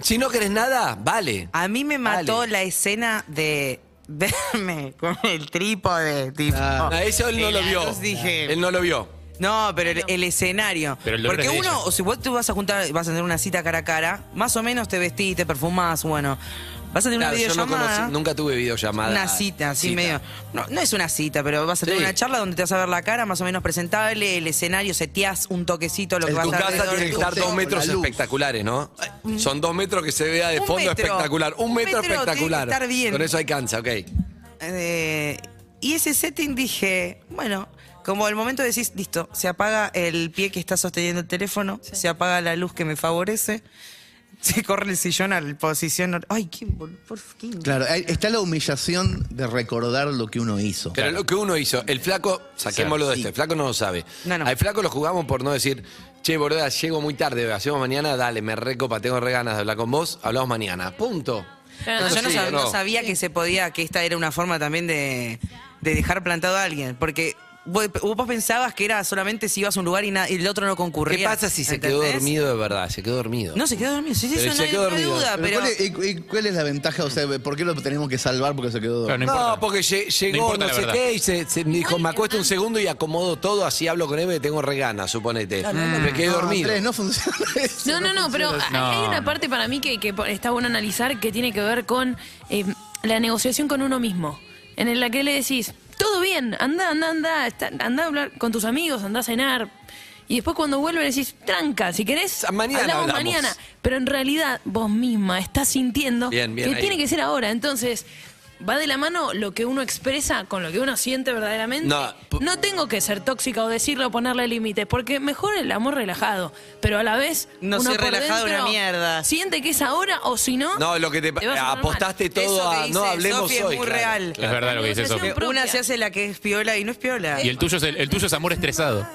Speaker 9: Si no querés nada, vale.
Speaker 12: A mí me mató la escena de verme con el trípode, tipo.
Speaker 9: Ah, eso él no
Speaker 12: Y
Speaker 9: lo
Speaker 12: la
Speaker 9: vio.
Speaker 12: luz dije-
Speaker 9: Él no lo vio.
Speaker 12: No, pero el, el escenario.
Speaker 9: Pero el dolor
Speaker 12: Porque
Speaker 9: es de
Speaker 12: uno,
Speaker 9: ella.
Speaker 12: o si vos te vas a juntar, vas a tener una cita cara a cara, más o menos te vestís, te perfumás, bueno. Vas a tener
Speaker 9: Claro,
Speaker 12: una
Speaker 9: yo no
Speaker 12: videollamada.
Speaker 9: conocí- nunca tuve videollamada.
Speaker 12: Una cita, así medio. No, no es una cita, pero vas a tener
Speaker 9: Sí.
Speaker 12: una charla donde te vas a ver la cara más o menos presentable, el escenario, seteás un toquecito, lo que
Speaker 9: En
Speaker 12: vas
Speaker 9: tu
Speaker 12: a hacer.
Speaker 9: casa tiene que estar dos metros espectaculares, ¿no? Son dos metros que se vea de
Speaker 12: Un
Speaker 9: fondo
Speaker 12: metro.
Speaker 9: espectacular. Un
Speaker 12: Un
Speaker 9: metro,
Speaker 12: metro tiene que
Speaker 9: espectacular.
Speaker 12: estar bien.
Speaker 9: Con eso alcanza, ok.
Speaker 12: Eh, y ese setting dije, bueno, como el momento decís, listo, se apaga el pie que está sosteniendo el teléfono, se apaga la luz que me favorece, se corre el sillón a la posición. or- Ay, qué, bol- por qué-
Speaker 16: Claro, ahí está la humillación de recordar lo que uno hizo.
Speaker 9: Pero lo que uno hizo, el flaco, saquémoslo de
Speaker 16: Sí.
Speaker 9: este, el flaco no lo sabe. Al flaco lo jugamos por no decir, che, boluda, llego muy tarde, hacemos mañana, dale, me recopa, tengo re ganas de hablar con vos, hablamos mañana. Punto.
Speaker 12: No, yo no,
Speaker 9: Sí,
Speaker 12: sab- no
Speaker 9: no.
Speaker 12: sabía que se podía, que esta era una forma también de, de dejar plantado a alguien, porque vos, vos pensabas que era solamente si ibas a un lugar y, na- y el otro no concurría.
Speaker 9: ¿Qué pasa si se quedó
Speaker 12: ¿entendés?
Speaker 9: dormido de verdad? Se quedó dormido.
Speaker 12: No, se quedó dormido, sí, sí,
Speaker 9: Pero
Speaker 12: eso
Speaker 9: se
Speaker 12: no,
Speaker 9: quedó
Speaker 12: hay- no hay
Speaker 9: dormido.
Speaker 12: duda, pero...
Speaker 16: ¿cuál, es, y- y cuál es la ventaja? O sea, ¿por qué lo tenemos que salvar porque se quedó dormido?
Speaker 9: No, porque lle- llegó,
Speaker 16: importa
Speaker 9: no,
Speaker 16: la
Speaker 9: sé
Speaker 16: verdad.
Speaker 9: qué, y se, se- me dijo, me acuesto un segundo y acomodo todo, así hablo con él, porque tengo re ganas, suponete.
Speaker 16: Claro, no,
Speaker 9: Me quedé
Speaker 16: no,
Speaker 9: dormido.
Speaker 16: Andrés, Ah, no funciona. eso,
Speaker 11: No, no, no, pero
Speaker 16: funciona
Speaker 11: hay-
Speaker 16: así.
Speaker 11: hay una parte para mí que, que po- está bueno analizar que tiene que ver con eh, la negociación con uno mismo, en la que le decís, todo bien, anda, anda, anda, está- anda a hablar con tus amigos, anda a cenar. Y después cuando vuelve le decís, tranca, si querés,
Speaker 9: Ah, mañana
Speaker 11: hablamos,
Speaker 9: hablamos".
Speaker 11: mañana. Pero en realidad vos misma estás sintiendo
Speaker 9: Bien, bien,
Speaker 11: que
Speaker 9: ahí.
Speaker 11: tiene que ser ahora. Entonces, va de la mano lo que uno expresa con lo que uno siente verdaderamente.
Speaker 9: No,
Speaker 11: No tengo que ser tóxica o decirle o ponerle límites, porque mejor el amor relajado, pero a la vez
Speaker 12: No
Speaker 11: uno
Speaker 12: soy
Speaker 11: por
Speaker 12: relajado,
Speaker 11: dentro
Speaker 12: una mierda.
Speaker 11: Siente que es ahora o si no.
Speaker 9: No, lo que te,
Speaker 11: vas a poner
Speaker 9: apostaste
Speaker 11: mal.
Speaker 9: todo
Speaker 11: Eso que
Speaker 9: a no
Speaker 11: dice
Speaker 9: hablemos
Speaker 11: Sofi
Speaker 12: es
Speaker 9: hoy.
Speaker 12: muy
Speaker 9: claro.
Speaker 12: real.
Speaker 10: Es verdad lo que dice Sofi.
Speaker 12: Que Una se hace la que es piola y no es piola.
Speaker 10: Y el tuyo es el, el tuyo es amor estresado.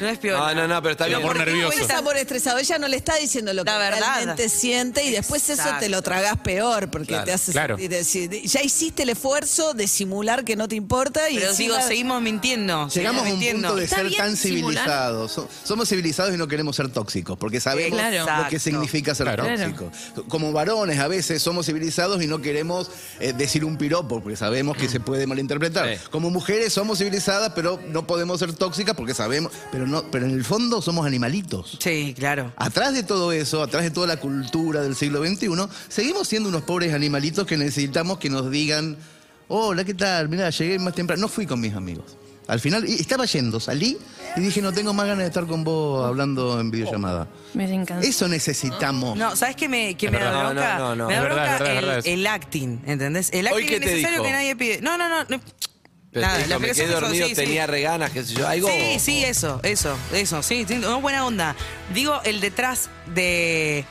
Speaker 12: No es
Speaker 16: Ah,
Speaker 12: piola.
Speaker 9: Ah, No, no, no, pero está
Speaker 10: El
Speaker 9: bien.
Speaker 10: amor
Speaker 9: ¿Por qué
Speaker 10: nervioso.
Speaker 15: Es amor estresado. Ella no le está diciendo lo que
Speaker 12: verdad.
Speaker 15: realmente siente y después eso te lo tragás peor porque
Speaker 12: Claro,
Speaker 15: te hace
Speaker 12: claro.
Speaker 15: sentir decir, ya hiciste el esfuerzo de simular que no te importa y
Speaker 12: Pero
Speaker 15: encima-
Speaker 12: digo, seguimos mintiendo.
Speaker 16: Llegamos
Speaker 12: seguimos
Speaker 16: a un punto de
Speaker 12: mintiendo.
Speaker 16: ser tan civilizados. So- Somos civilizados y no queremos ser tóxicos, porque sabemos
Speaker 12: Eh, claro.
Speaker 16: lo que significa ser
Speaker 10: Claro.
Speaker 16: tóxico. Como varones a veces somos civilizados y no queremos eh, decir un piropo, porque sabemos que se puede malinterpretar. Como mujeres somos civilizadas, pero no podemos ser tóxicas porque sabemos, pero no, pero en el fondo somos animalitos.
Speaker 12: Sí, claro.
Speaker 16: Atrás de todo eso, atrás de toda la cultura del siglo XXI, seguimos siendo unos pobres animalitos que necesitamos que nos digan, hola, ¿qué tal? Mira, llegué más temprano. No fui con mis amigos. Al final y estaba yendo, salí y dije, no tengo más ganas de estar con vos hablando en videollamada.
Speaker 11: Me encanta.
Speaker 16: Eso necesitamos.
Speaker 12: No, ¿sabes qué me, qué
Speaker 16: Es
Speaker 12: me
Speaker 16: verdad.
Speaker 12: da bronca?
Speaker 16: No, no, no.
Speaker 12: Me da
Speaker 16: Es verdad,
Speaker 12: bronca
Speaker 16: es verdad, es
Speaker 12: el,
Speaker 16: verdad eso.
Speaker 12: el acting, ¿entendés? El acting
Speaker 9: qué te
Speaker 12: innecesario
Speaker 9: dijo?
Speaker 12: que nadie pide. No, no, no. no.
Speaker 9: Pero
Speaker 12: Nada,
Speaker 9: te dijo,
Speaker 12: la
Speaker 9: me
Speaker 12: explicación
Speaker 9: quedé
Speaker 12: es eso,
Speaker 9: dormido,
Speaker 12: sí, sí.
Speaker 9: tenía reganas, qué sé yo, algo.
Speaker 12: Sí, sí, eso, eso, eso, sí, sí, no, buena onda. Digo, el detrás de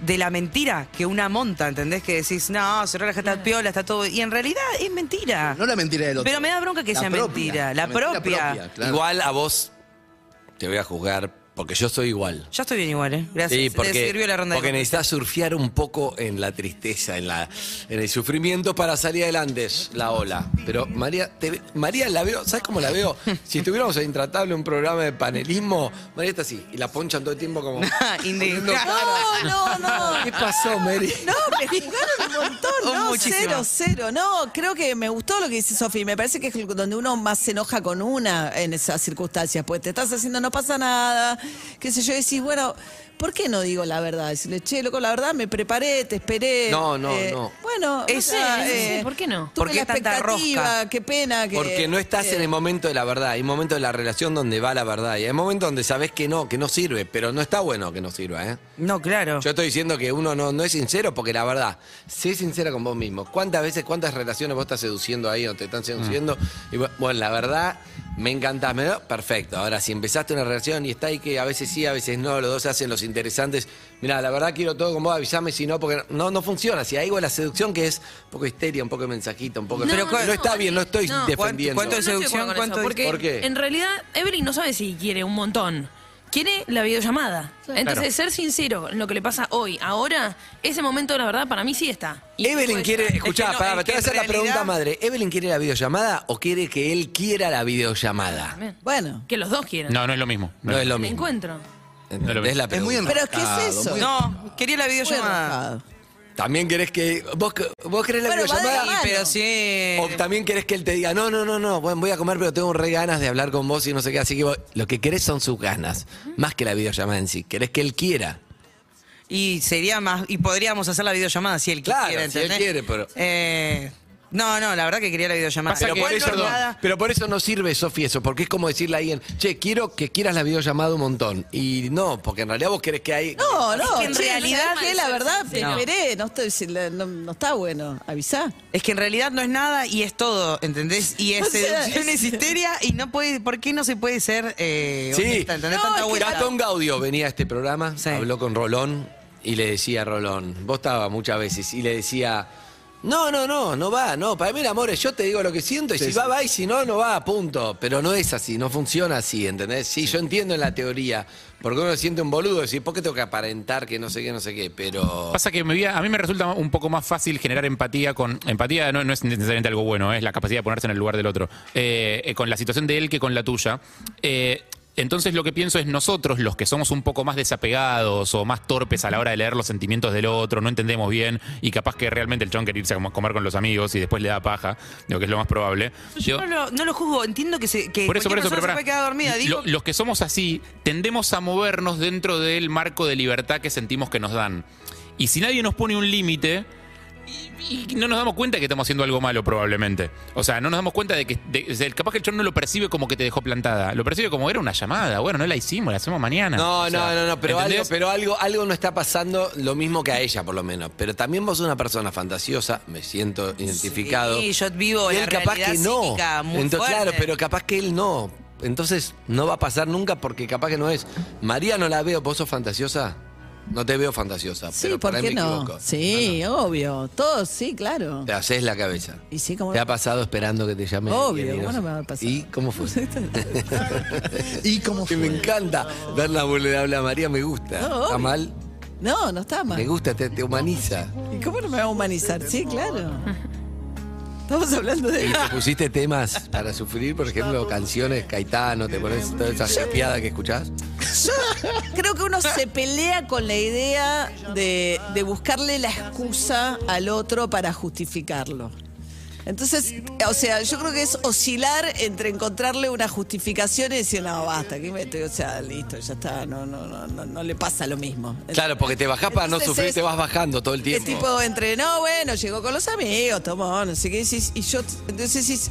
Speaker 12: de la mentira que una monta, ¿entendés? Que decís, no, se relaja, está piola, está todo. Y en realidad es mentira.
Speaker 16: No la mentira del otro.
Speaker 12: Pero me da bronca que
Speaker 16: La
Speaker 12: sea
Speaker 16: propia,
Speaker 12: mentira,
Speaker 16: la
Speaker 12: la,
Speaker 16: mentira
Speaker 12: propia.
Speaker 16: propia, claro.
Speaker 9: Igual a vos te voy a juzgar, porque yo soy igual.
Speaker 12: Yo estoy bien igual, ¿eh? Gracias.
Speaker 9: Sí,
Speaker 12: Le
Speaker 9: porque,
Speaker 12: sirvió la ronda de
Speaker 9: porque necesitas surfear un poco en la tristeza, en, la, en el sufrimiento para salir adelante es la ola. Pero María, te ve- María la veo, ¿sabes cómo la veo? Si estuviéramos en Intratable, un programa de panelismo, María está así, y la ponchan todo el tiempo como... poniendo cara.
Speaker 15: No, no, no.
Speaker 9: ¿Qué pasó, Mary?
Speaker 15: No, me juzgaron un montón, no,
Speaker 9: Oh, Muchísimo.
Speaker 15: cero, cero. No, creo que me gustó lo que dice Sofi. Me parece que es donde uno más se enoja con una en esas circunstancias. Pues te estás haciendo, no pasa nada, qué sé yo, decís, bueno, ¿por qué no digo la verdad? Decirle, che, loco, la verdad, me preparé, te esperé.
Speaker 9: No, no,
Speaker 15: eh,
Speaker 9: no.
Speaker 15: Bueno, no
Speaker 11: Eso,
Speaker 15: sé,
Speaker 11: sí,
Speaker 15: eh,
Speaker 11: ¿por qué no?
Speaker 15: Tuve
Speaker 9: ¿Por qué
Speaker 15: la
Speaker 9: tanta
Speaker 15: expectativa, qué pena que. eh,
Speaker 9: Porque no estás en el momento de la verdad, hay momentos de la relación donde va la verdad y hay momentos donde sabes que no, que no sirve, pero no está bueno que no sirva, ¿eh?
Speaker 12: No, claro.
Speaker 9: Yo estoy diciendo que uno no, no es sincero porque la verdad, sé sincera con vos mismo. ¿Cuántas veces, cuántas relaciones vos estás seduciendo ahí o te están seduciendo? Y bu- bueno, la verdad, me encantás, me da- perfecto. Ahora, si empezaste una relación y está ahí que a veces sí, a veces no, los dos se hacen los interesantes. Mira, la verdad quiero todo con vos, avísame si no, porque no, no funciona. Si ahí va la seducción que es un poco histeria, un poco de mensajito, un poco...
Speaker 12: No,
Speaker 9: pero
Speaker 12: no,
Speaker 9: no, está bien, no estoy
Speaker 11: no.
Speaker 9: defendiendo.
Speaker 11: No estoy de acuerdo con eso, porque
Speaker 9: ¿Por qué?
Speaker 11: en realidad Evelyn no sabe si quiere un montón. Quiere la videollamada. Entonces,
Speaker 9: Claro.
Speaker 11: ser sincero en lo que le pasa hoy, ahora, ese momento, la verdad, para mí sí está. Y
Speaker 9: Evelyn
Speaker 11: después-
Speaker 9: quiere, escuchá, pará, te voy a hacer la pregunta madre. ¿Evelyn quiere la videollamada o quiere que él quiera la videollamada?
Speaker 15: Bueno.
Speaker 11: Que los dos quieran.
Speaker 9: No, no es lo mismo. No, es lo
Speaker 11: Me
Speaker 9: mismo.
Speaker 11: encuentro.
Speaker 9: es la pregunta.
Speaker 12: No, quería la videollamada.
Speaker 9: También querés que. ¿Vos, vos querés la
Speaker 12: Bueno, va de la
Speaker 9: videollamada?
Speaker 12: mano. Sí, pero
Speaker 9: O también querés que él te diga, no, no, no, no, bueno, voy a comer, pero tengo re ganas de hablar con vos y no sé qué. Así que vos- lo que querés son sus ganas, más que la videollamada en sí. Querés que él quiera.
Speaker 12: Y sería más. Y podríamos hacer la videollamada si él claro, quiere,
Speaker 9: si él
Speaker 12: ¿entendés?
Speaker 9: quiere, pero-
Speaker 12: Eh, no, no, la verdad que quería la videollamada.
Speaker 9: Pero por,
Speaker 12: Igual
Speaker 9: eso
Speaker 12: no
Speaker 9: no,
Speaker 12: nada-
Speaker 9: pero por eso no sirve, Sofi, eso, porque es como decirle a alguien, che, quiero que quieras la videollamada un montón. Y no, porque en realidad vos querés que hay.
Speaker 15: No,
Speaker 12: Es
Speaker 15: no,
Speaker 12: que en
Speaker 15: che,
Speaker 12: realidad-
Speaker 15: ¿sabés qué? la verdad, te
Speaker 12: No.
Speaker 15: esperé, no, estoy- si la- no- no está bueno, avisá.
Speaker 12: Es que en realidad no es nada y es todo, ¿entendés? Y es
Speaker 15: O sea,
Speaker 12: seducción,
Speaker 15: es-
Speaker 12: es histeria y no puede. ¿Por qué no se puede ser eh,
Speaker 9: Sí,
Speaker 12: honesta, ¿entendés? Tanta vuelta.
Speaker 9: Gastón Gaudio venía a este programa, habló con Rolón y le decía a Rolón, vos estaba muchas veces, y le decía, no, no, no, no va, no, para mí el amor es yo te digo lo que siento y
Speaker 16: Sí,
Speaker 9: si
Speaker 16: sí.
Speaker 9: va, va y si no, no va, punto. Pero no es así, no funciona así, ¿entendés? Sí, yo entiendo en la teoría, porque uno se siente un boludo, decir, ¿por qué tengo que aparentar que no sé qué, no sé qué? Pero...
Speaker 10: Pasa que me vi- a mí me resulta un poco más fácil generar empatía con. Empatía no, no es necesariamente algo bueno, es la capacidad de ponerse en el lugar del otro. Eh, eh, con la situación de él que con la tuya. Eh, entonces lo que pienso es nosotros, los que somos un poco más desapegados o más torpes a la hora de leer los sentimientos del otro, no entendemos bien y capaz que realmente el chon quiere irse a com- comer con los amigos y después le da paja, lo que es lo más probable. Yo-
Speaker 12: No lo, no lo juzgo, entiendo que, se, que
Speaker 10: por eso, por
Speaker 12: Eh, cualquier
Speaker 10: eso, pero
Speaker 12: persona se
Speaker 10: pará.
Speaker 12: puede quedar dormida. Digo,
Speaker 10: Lo- los que somos así tendemos a movernos dentro del marco de libertad que sentimos que nos dan. Y si nadie nos pone un límite, y, y no nos damos cuenta que estamos haciendo algo malo probablemente. O sea, no nos damos cuenta de que de- de- capaz que el chon no lo percibe como que te dejó plantada, lo percibe como era una llamada, bueno, no la hicimos, la hacemos mañana.
Speaker 9: No,
Speaker 10: O sea,
Speaker 9: no, no, no, pero, algo,
Speaker 10: ¿entendés?
Speaker 9: pero algo, algo no está pasando lo mismo que a ella, por lo menos. Pero también vos sos una persona fantasiosa, me siento identificado.
Speaker 12: Sí, yo vivo
Speaker 9: y
Speaker 12: la
Speaker 9: él capaz
Speaker 12: realidad
Speaker 9: que no.
Speaker 12: psíquica muy
Speaker 9: Entonces, claro,
Speaker 12: fuerte.
Speaker 9: pero capaz que él no. Entonces no va a pasar nunca porque capaz que no es. María no la veo, vos sos fantasiosa. No te veo fantasiosa,
Speaker 15: Sí,
Speaker 9: pero
Speaker 15: ¿por
Speaker 9: ahí
Speaker 15: qué
Speaker 9: me
Speaker 15: no?
Speaker 9: equivoco.
Speaker 15: Sí, obvio, todos, sí, claro.
Speaker 9: Te haces la cabeza.
Speaker 15: Y sí, como...
Speaker 9: Te ha pasado esperando que te llame.
Speaker 15: Obvio,
Speaker 9: alguien y no
Speaker 15: ¿cómo
Speaker 9: sé.
Speaker 15: no me va a pasar?
Speaker 9: ¿Y cómo fue?
Speaker 15: ¿Y cómo
Speaker 9: fue? Me encanta ver la vulnerable a María, me gusta.
Speaker 15: No,
Speaker 9: ¿Está
Speaker 15: obvio.
Speaker 9: mal?
Speaker 15: No, no está
Speaker 9: Me
Speaker 15: mal.
Speaker 9: gusta, te, te humaniza.
Speaker 15: ¿Y cómo no me va a humanizar? Sí, claro. Estamos hablando de...
Speaker 9: Y te pusiste temas para sufrir, por ejemplo, canciones, Caetano, te pones toda esa chapeada que escuchás.
Speaker 15: Yo creo que uno se pelea con la idea de, de buscarle la excusa al otro para justificarlo. Entonces, o sea, yo creo que es oscilar entre encontrarle una justificación y decir, no, basta, aquí me estoy, o sea, listo, ya está, no, no, no, no, no le pasa lo mismo.
Speaker 9: Claro, porque te bajás para no
Speaker 15: Entonces
Speaker 9: sufrir,
Speaker 15: es-
Speaker 9: te vas bajando todo el
Speaker 15: Que
Speaker 9: tiempo.
Speaker 15: tipo entre, no, bueno, llegó con los amigos, tomó, no sé qué decís. Y yo, entonces decís,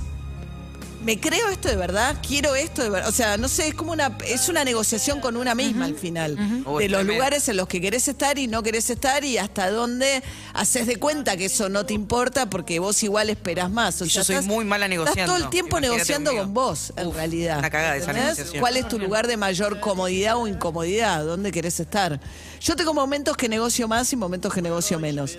Speaker 15: me creo esto de verdad, quiero esto de verdad. O sea, no sé, es como una, es una negociación con una misma al final.
Speaker 12: Uy,
Speaker 15: De los
Speaker 12: tremendo.
Speaker 15: lugares en los que querés estar y no querés estar y hasta dónde haces de cuenta que eso no te importa porque vos igual esperás más. O
Speaker 12: Y
Speaker 15: sea,
Speaker 12: yo soy
Speaker 15: estás-
Speaker 12: muy mala negociando.
Speaker 15: Estás todo el tiempo
Speaker 12: Imagínate
Speaker 15: negociando
Speaker 12: conmigo.
Speaker 15: con vos, en realidad.
Speaker 12: una cagada esa
Speaker 15: ¿Entendés?
Speaker 12: negociación.
Speaker 15: ¿Cuál es tu lugar de mayor comodidad o incomodidad? ¿Dónde querés estar? Yo tengo momentos que negocio más y momentos que negocio menos.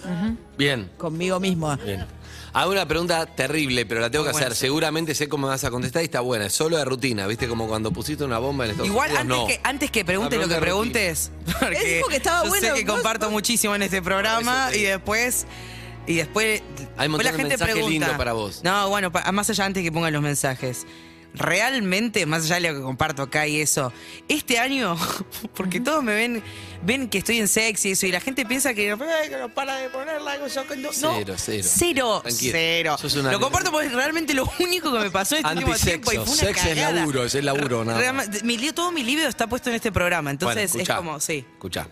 Speaker 9: Bien.
Speaker 15: Conmigo mismo.
Speaker 9: Bien. Hago una pregunta terrible, pero la tengo que
Speaker 15: Muy buena
Speaker 9: hacer. Seguramente sé cómo me vas a contestar y está buena. Es solo de rutina, ¿viste? Como cuando pusiste una bomba en Estados
Speaker 12: Igual
Speaker 9: Unidos.
Speaker 12: antes,
Speaker 9: no.
Speaker 12: que, antes que
Speaker 9: La
Speaker 12: preguntes lo
Speaker 9: pregunta
Speaker 12: que
Speaker 9: de rutina.
Speaker 12: preguntes, porque
Speaker 15: dijo que estaba
Speaker 12: yo
Speaker 15: bueno,
Speaker 12: sé que
Speaker 15: vos-
Speaker 12: comparto muchísimo en este programa
Speaker 9: Por eso te
Speaker 12: y
Speaker 9: digo.
Speaker 12: después y después
Speaker 9: Hay un
Speaker 12: después la
Speaker 9: montón de
Speaker 12: gente
Speaker 9: mensajes
Speaker 12: pregunta.
Speaker 9: lindos para vos.
Speaker 12: No, bueno, pa- más allá antes que pongan los mensajes. Realmente, más allá de lo que comparto acá y eso, este año, porque todos me ven, ven que estoy en sexy y eso, y la gente piensa que, "Ay, que no para de ponerla, que yo que no, no".
Speaker 9: Cero, cero.
Speaker 12: Cero,
Speaker 9: Tranquilo.
Speaker 12: cero.
Speaker 9: Sos una
Speaker 12: Lo comparto porque es realmente lo único que me pasó este último tiempo y
Speaker 9: Antisexo.
Speaker 12: fue una
Speaker 9: Sexo es
Speaker 12: cagada.
Speaker 9: laburo, es el laburo, nada más.
Speaker 12: Realmente, mi li- todo mi libido está puesto en este programa, entonces
Speaker 9: Bueno, escuchá.
Speaker 12: es como, sí.
Speaker 9: Escuchá.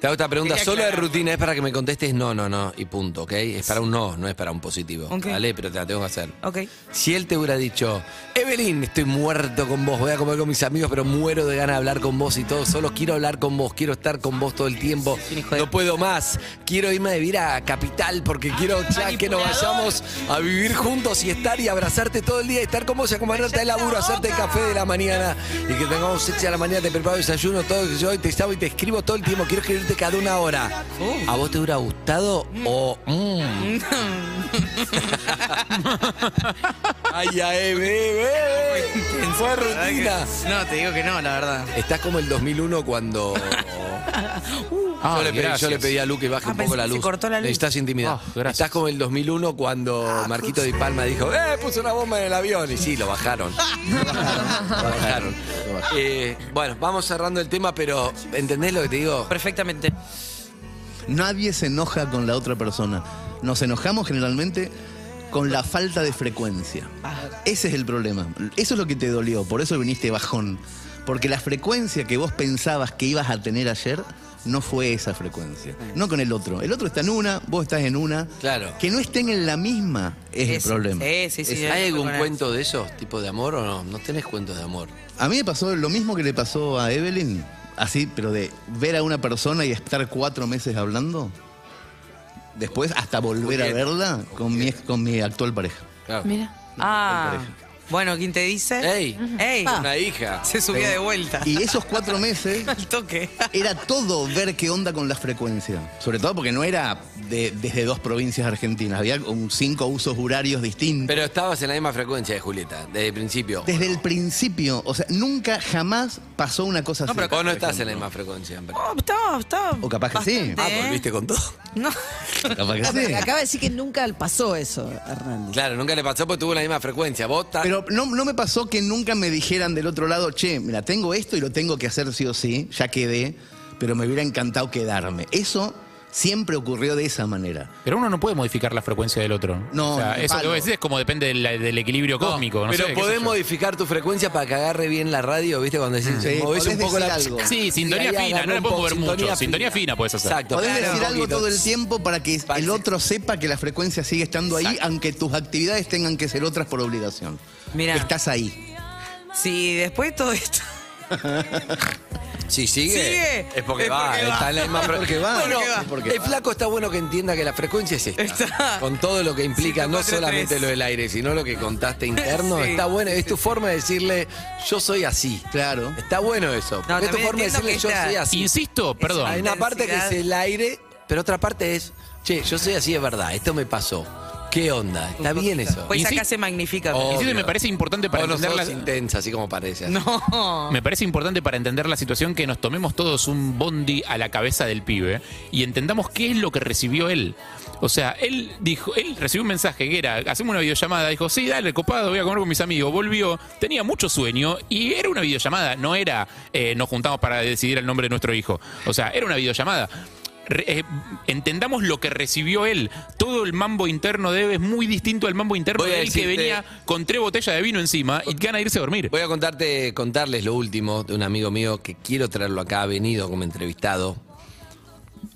Speaker 9: Te hago esta pregunta
Speaker 12: Quería
Speaker 9: solo de
Speaker 12: aclarar.
Speaker 9: rutina, es para que me contestes no, no, no, y punto, ¿ok? Es para un no, no es para un positivo.
Speaker 12: Ok.
Speaker 9: Dale, pero te la tengo que hacer.
Speaker 12: Ok.
Speaker 9: Si él te hubiera dicho, Evelyn, estoy muerto con vos, voy a comer con mis amigos, pero muero de ganas de hablar con vos y todo, solo quiero hablar con vos, quiero estar con vos todo el tiempo, no puedo más, quiero irme a vivir a Capital porque quiero ya que nos vayamos a vivir juntos y estar y abrazarte todo el día, estar con vos y acompañarte al laburo, hacerte el café de la mañana y que tengamos sexy a la mañana, te preparo desayuno, todo yo y te llamo y te escribo todo el tiempo, quiero escribirte cada una hora. ¿A vos te hubiera gustado o... mm? Ay, ay, bebé. Fue rutina.
Speaker 12: No, te digo que no, la verdad.
Speaker 9: Estás como el 2001 cuando.
Speaker 12: Ah,
Speaker 9: yo, le pedí, yo
Speaker 12: gracias.
Speaker 9: le pedí a Lu que baje
Speaker 12: Ah,
Speaker 9: un
Speaker 12: pensé
Speaker 9: poco la
Speaker 12: que
Speaker 9: luz.
Speaker 12: se cortó la luz. Ah,
Speaker 9: Necesitas intimidad. Estás como el 2001 cuando Marquito Di Palma dijo: ¡Eh, puso una bomba en el avión! Y sí, lo bajaron. Lo bajaron. Eh, bueno, vamos cerrando el tema, pero ¿entendés lo que te digo?
Speaker 12: Perfectamente.
Speaker 16: Nadie se enoja con la otra persona. Nos enojamos generalmente con la falta de frecuencia. Ese es el problema. Eso es lo que te dolió, por eso viniste bajón. Porque la frecuencia que vos pensabas que ibas a tener ayer no fue esa frecuencia. No con el otro. El otro está en una, vos estás en una.
Speaker 9: Claro.
Speaker 16: Que no estén en la misma es el problema.
Speaker 9: ¿Hay algún cuento de esos, tipo de amor o no? ¿No tenés cuentos de amor?
Speaker 16: A mí me pasó lo mismo que le pasó a Evelyn, así, pero de ver a una persona y estar cuatro meses hablando, después hasta volver a verla con mi, ex- con mi actual pareja.
Speaker 12: Mira. Ah. Bueno, ¿quién te dice?
Speaker 9: ¡Ey! Ah.
Speaker 12: ¡Ey!
Speaker 9: Una hija.
Speaker 12: Se subía de vuelta.
Speaker 16: Y esos cuatro meses
Speaker 12: toque.
Speaker 9: Ah,
Speaker 16: era todo ver qué onda con la frecuencia. Sobre todo porque no era de- desde dos provincias argentinas, había un cinco usos horarios distintos.
Speaker 9: Pero estabas en la misma frecuencia de Julieta, desde el principio.
Speaker 16: Desde el principio, o sea, nunca jamás pasó una cosa así.
Speaker 9: vos no estás en la misma frecuencia. en
Speaker 12: ¿Eh?
Speaker 9: verdad.
Speaker 12: Estaba, estaba.
Speaker 16: O capaz que sí.
Speaker 9: Ah, volviste con todo.
Speaker 12: Oh, No.
Speaker 16: Capaz que
Speaker 15: Ah,
Speaker 16: sí.
Speaker 15: porque Acaba de decir que nunca pasó eso, Hernández.
Speaker 9: Claro, nunca le pasó porque tuvo la misma frecuencia. Vos estás-
Speaker 16: Pero no, no me pasó que nunca me dijeran del otro lado, che, mira, tengo esto y lo tengo que hacer sí o sí, ya quedé, pero me hubiera encantado quedarme. Eso siempre ocurrió de esa manera.
Speaker 10: Pero uno no puede modificar la frecuencia del otro.
Speaker 16: No,
Speaker 10: O sea,
Speaker 16: ni
Speaker 10: eso que
Speaker 16: palo.
Speaker 10: vos decís es como depende del, del equilibrio cósmico. No,
Speaker 9: pero
Speaker 10: sé, qué sé
Speaker 9: podés
Speaker 10: yo.
Speaker 9: modificar tu frecuencia para que agarre bien la radio, ¿viste? Cuando decís,
Speaker 16: Sí,
Speaker 9: movés un
Speaker 16: podés
Speaker 9: poco la.
Speaker 16: decir algo.
Speaker 10: Sí, sintonía
Speaker 9: ahí
Speaker 10: fina, no
Speaker 9: agarró
Speaker 10: la
Speaker 9: un
Speaker 10: puedo
Speaker 9: poco,
Speaker 10: mover mucho. Sintonía fina podés hacer.
Speaker 9: Exacto.
Speaker 16: Podés
Speaker 9: Claro,
Speaker 16: decir
Speaker 9: un
Speaker 16: algo
Speaker 9: poquito.
Speaker 16: todo el tiempo para que el otro sepa que la frecuencia sigue estando ahí, aunque tus actividades tengan que ser otras por obligación.
Speaker 12: Mira.
Speaker 16: Estás ahí.
Speaker 12: Sí, después de todo esto.
Speaker 9: Si sigue,
Speaker 12: Sigue.
Speaker 9: es porque
Speaker 12: Es
Speaker 9: va,
Speaker 12: porque va.
Speaker 9: está en la misma
Speaker 12: Es
Speaker 9: fre-
Speaker 12: porque va.
Speaker 9: Bueno,
Speaker 12: Es porque va.
Speaker 9: el flaco está bueno que entienda que la frecuencia es esta. Con todo lo que implica, no
Speaker 12: 543.
Speaker 9: solamente lo del aire, sino lo que contaste interno.
Speaker 12: Sí.
Speaker 9: Está bueno, es tu forma de decirle, yo soy así.
Speaker 16: Claro.
Speaker 9: Está bueno eso. porque es tu
Speaker 12: también
Speaker 9: forma de
Speaker 12: entiendo
Speaker 9: decirle, yo
Speaker 12: que esta-
Speaker 9: soy así.
Speaker 10: Insisto, perdón.
Speaker 9: Hay una parte que es
Speaker 12: intensidad.
Speaker 9: el aire, pero otra parte es, che, yo soy así, es verdad, esto me pasó. ¿Qué onda? Está bien eso.
Speaker 12: Pues acá
Speaker 9: Insisto,
Speaker 12: se magnifica.
Speaker 10: Insisto, me parece importante para
Speaker 9: Vos no
Speaker 10: entender
Speaker 9: sos
Speaker 10: la-
Speaker 9: intensa, así como parece.
Speaker 12: No.
Speaker 10: Me parece importante para entender la situación que nos tomemos todos un bondi a la cabeza del pibe y entendamos qué es lo que recibibió él. O sea, él dijo, él recibió un mensaje que era, hacemos una videollamada, dijo, sí, dale, copado, voy a comer con mis amigos, volvió, tenía mucho sueño y era una videollamada, no era eh, nos juntamos para decidir el nombre de nuestro hijo. O sea, era una videollamada. Re- eh, entendamos lo que recibió él. Todo el mambo interno de Eve es muy distinto al mambo interno
Speaker 9: Voy a
Speaker 10: de él que
Speaker 9: decirte-
Speaker 10: venía con tres botellas de vino encima y gana de irse a dormir.
Speaker 9: Voy a contarte, contarles lo último de un amigo mío que quiero traerlo acá, ha venido como entrevistado.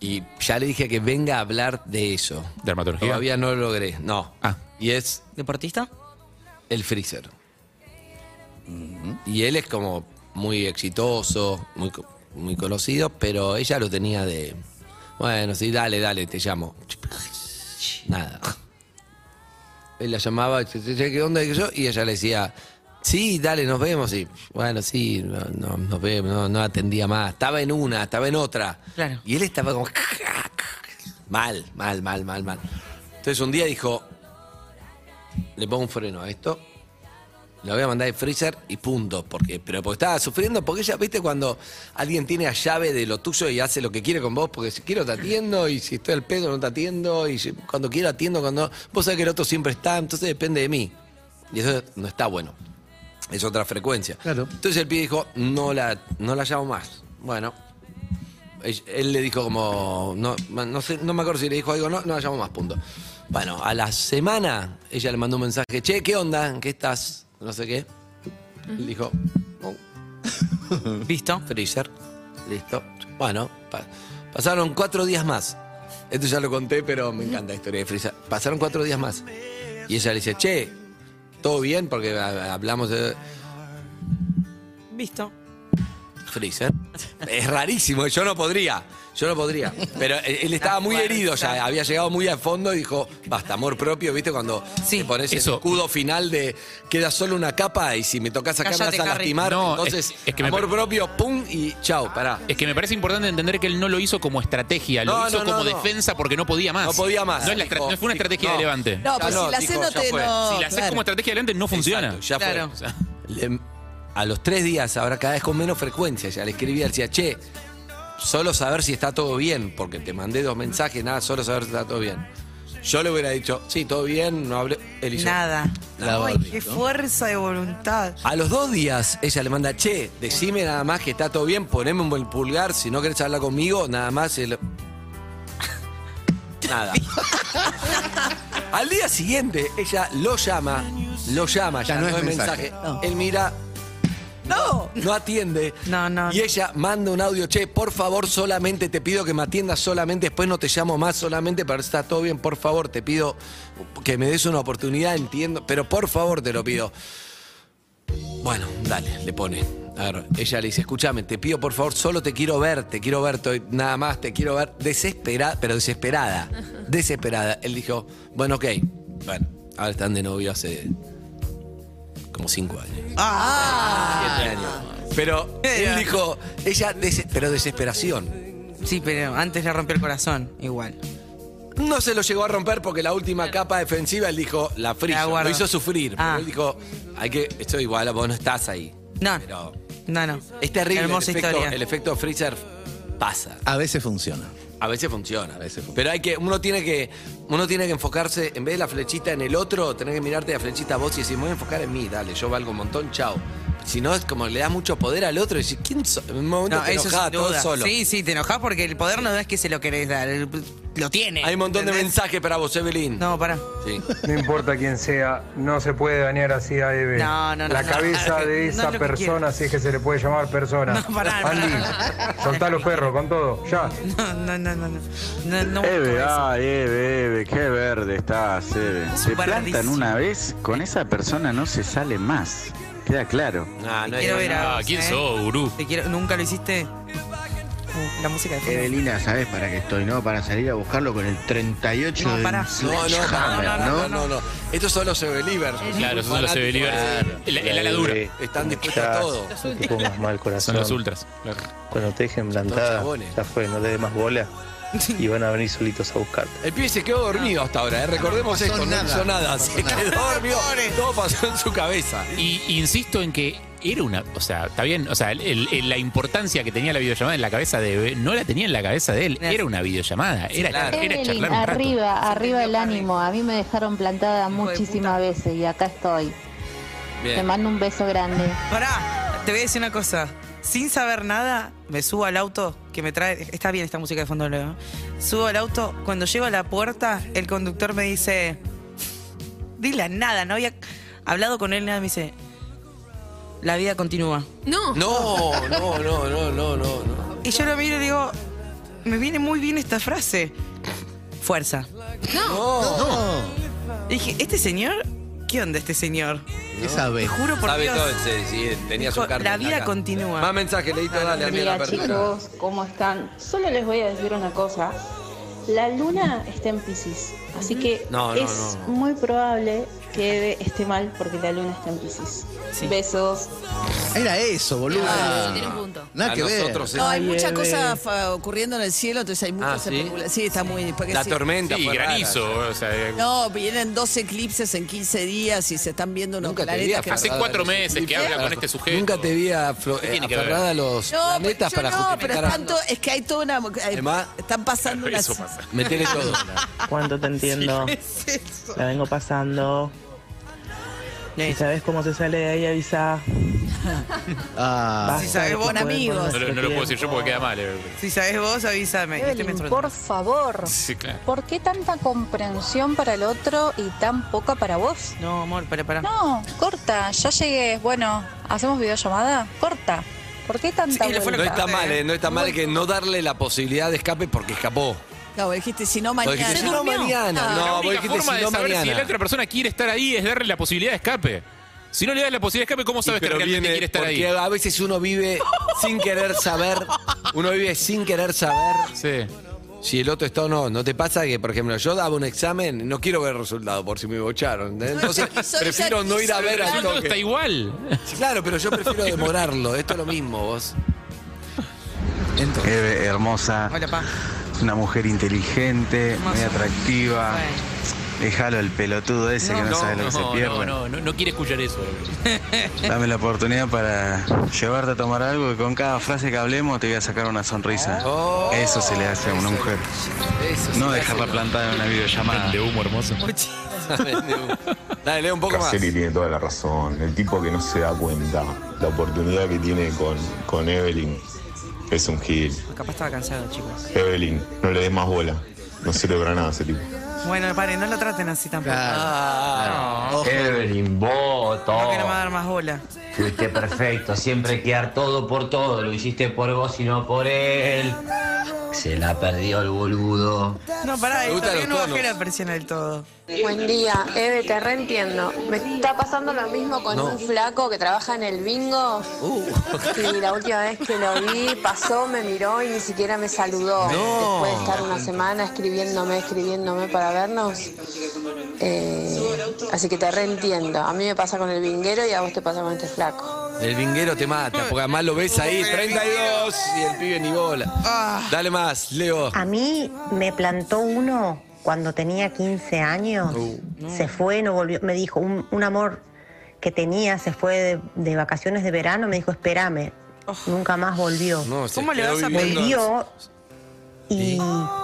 Speaker 9: Y ya le dije que venga a hablar de eso.
Speaker 10: Dermatología.
Speaker 9: Todavía no lo logré, no. Y es.
Speaker 12: ¿Deportista?
Speaker 9: El freezer. Y él es como muy exitoso, muy, co- muy conocido, pero ella lo tenía de. Bueno, sí, dale, dale, te llamo. Nada. Él la llamaba, che, che, che, ¿qué onda? ¿Qué yo? Y ella le decía, sí, dale, nos vemos. Y bueno, sí, no, no, nos vemos, no, no atendía más. Estaba en una, estaba en otra.
Speaker 12: Claro.
Speaker 9: Y él estaba como. Mal, mal, mal, mal, mal. Entonces un día dijo, le pongo un freno a esto, la voy a mandar al freezer y punto. Porque, pero porque estaba sufriendo, porque ella, viste, cuando alguien tiene la llave de lo tuyo y hace lo que quiere con vos, porque si quiero te atiendo, y si estoy al pedo no te atiendo, y si- cuando quiero atiendo, cuando. Vos sabés que el otro siempre está, entonces depende de mí. Y eso no está bueno. Es otra frecuencia.
Speaker 16: Claro.
Speaker 9: Entonces el pibe dijo, no la, no la llamo más. Bueno. Él, él le dijo como, no, no, sé, no me acuerdo si le dijo algo, no, no la llamo más, punto. Bueno, a la semana ella le mandó un mensaje, che, ¿qué onda? ¿En ¿Qué estás? No sé qué. Él dijo, "Oh, ¿Listo? Freezer. Listo. Bueno, pa- Pasaron cuatro días más. Esto ya lo conté, pero me encanta la historia de Frisa. Pasaron cuatro días más. Y ella le dice, che, ¿todo bien? Porque ah, hablamos de
Speaker 12: Visto.
Speaker 9: Freezer. Es rarísimo, yo no podría. Yo no podría. Pero él él estaba muy herido ya, había llegado muy a fondo y dijo, basta, amor propio, ¿viste? Cuando sí, pones el escudo final de queda solo una capa y si me tocas acá me vas
Speaker 10: Cállate,
Speaker 9: a
Speaker 10: Harry.
Speaker 9: lastimar.
Speaker 10: No,
Speaker 9: entonces,
Speaker 10: es- es que me
Speaker 9: amor
Speaker 10: pare-
Speaker 9: propio, pum y chao, pará.
Speaker 10: Es que me parece importante entender que él no lo hizo como estrategia, lo
Speaker 9: No,
Speaker 10: hizo
Speaker 9: no, no,
Speaker 10: como
Speaker 9: no.
Speaker 10: defensa porque no podía más.
Speaker 9: No podía más.
Speaker 10: No, es la estra-
Speaker 9: Dijo,
Speaker 10: no fue una estrategia
Speaker 9: no.
Speaker 10: de Levante.
Speaker 15: No, pero si la haces no te. No,
Speaker 10: si la haces
Speaker 15: claro.
Speaker 10: como estrategia de Levante no funciona.
Speaker 9: ya fue.
Speaker 15: Claro.
Speaker 9: O sea, le- em, a los tres días, ahora cada vez con menos frecuencia, ya le escribía, decía, che, solo saber si está todo bien, porque te mandé dos mensajes, nada, solo saber si está todo bien. Yo le hubiera dicho, sí, todo bien, no hablé, él hizo,
Speaker 12: Nada.
Speaker 9: "La
Speaker 12: Ay,
Speaker 9: barriga".
Speaker 12: qué fuerza de voluntad.
Speaker 9: A los dos días, ella le manda, che, decime nada más que está todo bien, poneme un buen pulgar, si no querés hablar conmigo, nada más el... Nada. Al día siguiente, ella lo llama, lo llama, ya, no, es mensaje. Él mira,
Speaker 15: no,
Speaker 9: no atiende.
Speaker 12: No, no.
Speaker 9: Y ella manda un audio, che, por favor, solamente te pido que me atiendas solamente, después no te llamo más solamente, pero está todo bien, por favor, te pido que me des una oportunidad, entiendo, pero por favor te lo pido. Bueno, dale, le pone. A ver, ella le dice, escúchame, te pido por favor, solo te quiero ver, te quiero ver, te- nada más, te quiero ver. Desesperada, pero desesperada, desesperada. Él dijo, bueno, ok, bueno, ahora están de novio hace como cinco años.
Speaker 12: Ah,
Speaker 9: Siete años. Pero él dijo, ella, dese- pero desesperación.
Speaker 12: Sí, pero antes le rompió el corazón, igual.
Speaker 9: No se lo llegó a romper porque la última capa defensiva él dijo, la fría, lo
Speaker 12: guardo.
Speaker 9: hizo sufrir. pero
Speaker 12: Ah.
Speaker 9: él dijo, hay que, esto igual, vos no estás ahí.
Speaker 12: No.
Speaker 9: Pero
Speaker 12: No, no.
Speaker 9: es terrible.
Speaker 12: Hermosa
Speaker 9: el, efecto,
Speaker 12: historia.
Speaker 9: el efecto freezer pasa.
Speaker 17: A veces funciona.
Speaker 9: A veces funciona. Pero hay que, uno tiene que, uno tiene que enfocarse, en vez de la flechita en el otro, tenés que mirarte la flechita a vos y decir, me voy a enfocar en mí, dale, yo valgo un montón, chao. Si no, es como le das mucho poder al otro y decís, ¿quién so-?" En un momento
Speaker 12: No,
Speaker 9: te
Speaker 12: eso
Speaker 9: enojás,
Speaker 12: sin
Speaker 9: todo
Speaker 12: duda.
Speaker 9: solo.
Speaker 12: Sí, sí, te enojás porque el poder no es que se lo querés dar. el- Lo tiene.
Speaker 9: Hay un montón de mensajes para vos, Evelyn.
Speaker 12: No, pará.
Speaker 9: Sí.
Speaker 6: No importa quién sea, no se puede dañar así a Eve.
Speaker 12: No, no, no,
Speaker 6: La
Speaker 12: no.
Speaker 6: cabeza de
Speaker 12: No es
Speaker 6: esa
Speaker 12: lo que
Speaker 6: persona, si es que se le puede llamar persona. Andy, soltá los perros con todo, ya.
Speaker 12: No, no, no, no. no. No, no.
Speaker 3: Eve, ay, Eve, Eve, qué verde estás, Eve. Se
Speaker 12: un
Speaker 3: plantan
Speaker 12: paradisíaco.
Speaker 3: una vez, con esa persona no se sale más. Queda claro.
Speaker 9: No, no
Speaker 12: Quiero ver a
Speaker 3: Ah,
Speaker 12: vos,
Speaker 3: ¿quién
Speaker 12: eh.
Speaker 3: sos, gurú?
Speaker 12: Te quiero- ¿Nunca lo hiciste? Uh, La música de fondo.
Speaker 18: Evelina, ¿sabes para qué estoy? ¿No? Para salir a buscarlo con el 38
Speaker 12: No,
Speaker 18: de
Speaker 12: pará.
Speaker 9: No, no,
Speaker 18: Sledgehammer,
Speaker 9: no, no, no, no. Estos son los Evelivers.
Speaker 10: Claro, esos son los Evelivers. El- el ala dura.
Speaker 9: Están dispuestos a todo.
Speaker 10: Los
Speaker 16: No te pongas mal corazón.
Speaker 10: Son los ultras.
Speaker 16: Cuando te dejen plantada, ya fue, no te des más bola. Y van a venir solitos a buscarte.
Speaker 9: El pibe se quedó dormido hasta ahora, ¿eh? recordemos
Speaker 10: No pasó
Speaker 9: esto, no
Speaker 10: nada.
Speaker 9: hizo nada,
Speaker 10: No pasó
Speaker 9: se
Speaker 10: nada.
Speaker 9: quedó dormido, todo pasó en su cabeza.
Speaker 10: Y insisto en que era una. O sea, está bien. O sea, el- el- la importancia que tenía la videollamada en la cabeza de Eve, no la tenía en la cabeza de él. Era una videollamada. Era, era
Speaker 11: Evelyn,
Speaker 10: charlar un rato.
Speaker 11: arriba, arriba el ánimo. A mí me dejaron plantada muchísimas veces y acá estoy. Te mando un beso grande.
Speaker 12: Pará, te voy a decir una cosa. Sin saber nada, me subo al auto que me trae. Está bien esta música de fondo, Leo. Subo al auto. Cuando llego a la puerta, el conductor me dice. Dile nada, no había hablado con él nada. Me dice. La vida continúa.
Speaker 19: No.
Speaker 9: No, no, no, no, no, no. no.
Speaker 12: Y yo lo miro y digo. Me viene muy bien esta frase. Fuerza.
Speaker 9: No, no.
Speaker 12: Dije, ¿este señor? ¿Qué onda este señor? Te juro por
Speaker 9: Sabe
Speaker 12: Dios.
Speaker 9: todo, sí, sí, tenía
Speaker 12: Dijo,
Speaker 9: su carta.
Speaker 12: la
Speaker 9: en
Speaker 12: vida
Speaker 9: cara.
Speaker 12: continúa.
Speaker 9: Más mensaje, leí todo, dale, Andrea,
Speaker 11: Hola
Speaker 9: la apertura.
Speaker 11: chicos, ¿cómo están? Solo les voy a decir una cosa. La luna está en Pisces, así que
Speaker 9: No, no,
Speaker 11: es
Speaker 10: Oh.
Speaker 9: no.
Speaker 11: muy probable que Eve esté mal porque la luna está en Pisces. Besos.
Speaker 17: Era eso, boludo.
Speaker 15: Ah,
Speaker 11: tiene un punto.
Speaker 17: Nada
Speaker 9: A
Speaker 17: que ver.
Speaker 9: nosotros es-
Speaker 15: no, hay mucha
Speaker 9: Ay,
Speaker 15: cosa fa- ocurriendo en el cielo, entonces hay muchas
Speaker 9: ¿sí?
Speaker 15: especulaciones. Sí, está muy. porque sí.
Speaker 10: Sí, granizo. o sea,
Speaker 15: No, vienen dos eclipses en 15 días y se están viendo unos
Speaker 9: te vi
Speaker 15: planetas que
Speaker 10: Hace
Speaker 9: aferrada
Speaker 10: cuatro
Speaker 9: a los
Speaker 10: meses que
Speaker 9: eclipses.
Speaker 10: habla con este sujeto.
Speaker 9: Nunca te vi aflo-
Speaker 10: ¿Qué
Speaker 19: eh,
Speaker 10: tiene que ver?
Speaker 9: aferrada a los
Speaker 15: No, pero
Speaker 9: planetas
Speaker 15: yo
Speaker 9: para
Speaker 15: no, pero
Speaker 9: justificar
Speaker 15: es,
Speaker 9: a-
Speaker 15: tanto- es que hay toda una. eh,
Speaker 9: Emma,
Speaker 15: están pasando
Speaker 9: eso
Speaker 15: unas.
Speaker 9: pasa. Metele todo.
Speaker 1: ¿Cuánto te entiendo? La vengo pasando. Si sabes cómo se sale de ahí, avisa.
Speaker 17: Ah,
Speaker 11: Si sabés vos, amigos.
Speaker 10: No, lo- no lo puedo decir yo porque queda mal. eh.
Speaker 12: Si sabes vos, avísame. Este Estoy
Speaker 11: Evelyn,
Speaker 12: menstruando.
Speaker 11: por favor.
Speaker 10: Sí, claro.
Speaker 11: ¿Por qué tanta comprensión para el otro y tan poca para vos?
Speaker 12: No, amor, para, para.
Speaker 11: No, corta, ya llegué. Bueno, ¿hacemos videollamada? Corta.
Speaker 20: ¿Por qué tanta
Speaker 19: No
Speaker 20: vuelta?
Speaker 19: está mal, eh, no está mal que no darle la posibilidad de escape porque escapó.
Speaker 15: No, vos dijiste si no Ah,
Speaker 19: Vos
Speaker 15: mañana.
Speaker 19: dijiste, si no mañana.
Speaker 10: La
Speaker 19: No, vos
Speaker 10: única
Speaker 19: dijiste si
Speaker 10: forma de
Speaker 19: no
Speaker 10: saber si la
Speaker 19: mañana.
Speaker 10: otra persona quiere estar ahí es darle la posibilidad de escape. Si no le das la posibilidad de escape, ¿cómo sabes que
Speaker 9: pero
Speaker 10: realmente
Speaker 9: viene
Speaker 10: quiere estar ahí?
Speaker 9: porque a veces uno vive sin querer saber, uno vive sin querer saber si el otro está o no. ¿No te pasa que, por ejemplo, yo daba un examen y no quiero ver el resultado por si me bocharon? ¿entendés? Entonces
Speaker 10: Ella quiso, ella
Speaker 9: prefiero no ir a
Speaker 10: quiso,
Speaker 9: ver
Speaker 10: el
Speaker 9: al
Speaker 10: resultado
Speaker 9: toque.
Speaker 10: está igual.
Speaker 9: Claro, pero yo prefiero demorarlo. Esto es lo mismo, vos.
Speaker 3: Eve, hermosa. Es una mujer inteligente, muy atractiva. Déjalo el pelotudo ese que no, sabe lo que se pierde.
Speaker 10: no, no, no, no quiere escuchar eso.
Speaker 3: Dame la oportunidad para llevarte a tomar algo y con cada frase que hablemos te voy a sacar una sonrisa.
Speaker 10: Oh.
Speaker 3: eso se le hace a una mujer. no dejarla plantada en una videollamada. De humo hermoso.
Speaker 9: Dale, lee un poco más.
Speaker 1: Caselli tiene toda la razón. El tipo que no se da cuenta la oportunidad que tiene con, con Evelyn es un gil.
Speaker 12: Capaz estaba cansado, chicos.
Speaker 1: Evelyn, no le des más bola. No sirve para nada ese tipo.
Speaker 12: Bueno, paren, no lo traten así tampoco.
Speaker 9: Ah,
Speaker 12: no.
Speaker 21: Evelyn, voto.
Speaker 12: No queremos dar más bola.
Speaker 21: Oh. Fuiste perfecto, siempre hay que dar todo por todo. Lo hiciste por vos y no por él. Se la perdió el boludo.
Speaker 12: No, pará,
Speaker 21: Me gustan
Speaker 12: todavía
Speaker 21: los
Speaker 12: no
Speaker 21: tonos.
Speaker 12: bajé la presión del todo.
Speaker 5: Buen día, Eve, te reentiendo. Me está pasando lo mismo con
Speaker 12: No.
Speaker 5: un flaco que trabaja en el bingo. Y la última vez que lo vi, pasó, me miró y ni siquiera me saludó.
Speaker 22: No.
Speaker 5: Después de estar una semana escribiéndome, escribiéndome para vernos. Eh, así que te reentiendo. A mí me pasa con el binguero y a vos te pasa con este flaco.
Speaker 9: El vinguero te mata, porque además lo ves ahí, 32, y el pibe ni bola. Dale más, Leo.
Speaker 23: A mí me plantó uno cuando tenía 15 años.
Speaker 9: Uh.
Speaker 23: Se fue, no volvió. Me dijo, un, un amor que tenía se fue de, de vacaciones de verano. Me dijo, espérame. Nunca más volvió.
Speaker 9: No, se ¿Cómo le quedó vas a pedir?
Speaker 23: Volvió y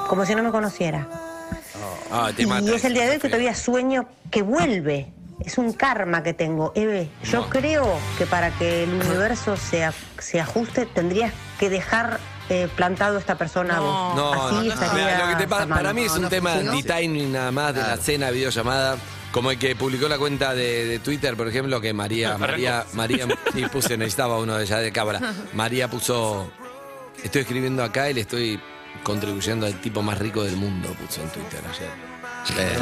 Speaker 23: como si no me conociera.
Speaker 9: Ah, te
Speaker 23: y
Speaker 9: mata.
Speaker 23: es el día de hoy que todavía sueño que vuelve. Es un karma que tengo, Eve. Yo creo que para que el universo se, a- se ajuste tendrías que dejar eh, plantado a esta persona. a vos.
Speaker 9: No,
Speaker 23: Así
Speaker 9: no, no.
Speaker 23: estaría
Speaker 9: Mira, lo que te pasa-
Speaker 23: Samantha.
Speaker 9: para mí es un tema de timing nada más de la cena videollamada. Como el que publicó la cuenta de, de Twitter, por ejemplo, que María, María, María, sí, puse, necesitaba uno de allá de cámara. María puso, estoy escribiendo acá y le estoy contribuyendo al tipo más rico del mundo, puso en Twitter ayer. Eh,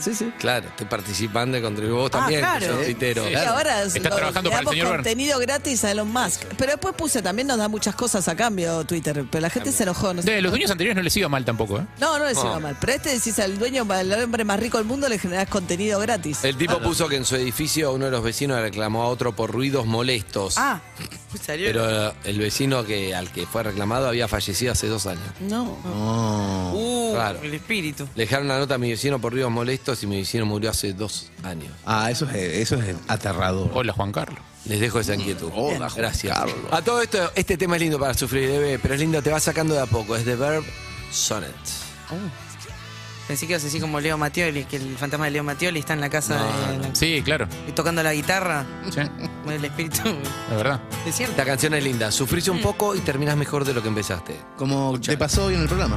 Speaker 9: sí, sí. Claro, estoy participando y contribuyendo. Vos también,
Speaker 15: Ah,
Speaker 9: que sos tuitero.
Speaker 15: Sí,
Speaker 9: claro.
Speaker 15: ahora lo- le damos contenido gratis a Elon Musk. Pero después puse, también nos da muchas cosas a cambio Twitter. Pero la gente se enojó. No, sé.
Speaker 10: De los dueños anteriores no les iba mal tampoco, ¿eh?
Speaker 15: no, no les iba
Speaker 9: Ah.
Speaker 10: No.
Speaker 15: mal. Pero este decís al dueño, al hombre más rico del mundo, le generás contenido gratis.
Speaker 9: El tipo puso que en su edificio uno de los vecinos reclamó a otro por ruidos molestos.
Speaker 15: Ah,
Speaker 12: pues
Speaker 9: Pero eh, el vecino que, al que fue reclamado había fallecido hace dos años.
Speaker 15: no.
Speaker 12: Uh,
Speaker 9: Claro.
Speaker 12: el espíritu.
Speaker 9: Le dejaron la nota a mi vecino por ruidos molestos y mi vecino murió hace dos años.
Speaker 16: Ah, eso es, eso es aterrador.
Speaker 10: Hola, Juan Carlos.
Speaker 9: Les dejo esa inquietud.
Speaker 16: Hola, Juan
Speaker 9: Gracias. A todo esto, este tema es lindo para sufrir, bebé, pero es lindo, te va sacando de a poco. Es The Verb Sonnet.
Speaker 12: Pensé que ibas a decir como Leo Mattioli, que el fantasma de Leo Mattioli está en la casa de-
Speaker 10: Sí, claro.
Speaker 12: y tocando la guitarra.
Speaker 10: Sí.
Speaker 12: El espíritu.
Speaker 10: La verdad.
Speaker 12: Es cierto.
Speaker 9: Esta canción es linda. Sufrís un poco y terminás mejor de lo que empezaste.
Speaker 16: Como te pasó hoy en el programa.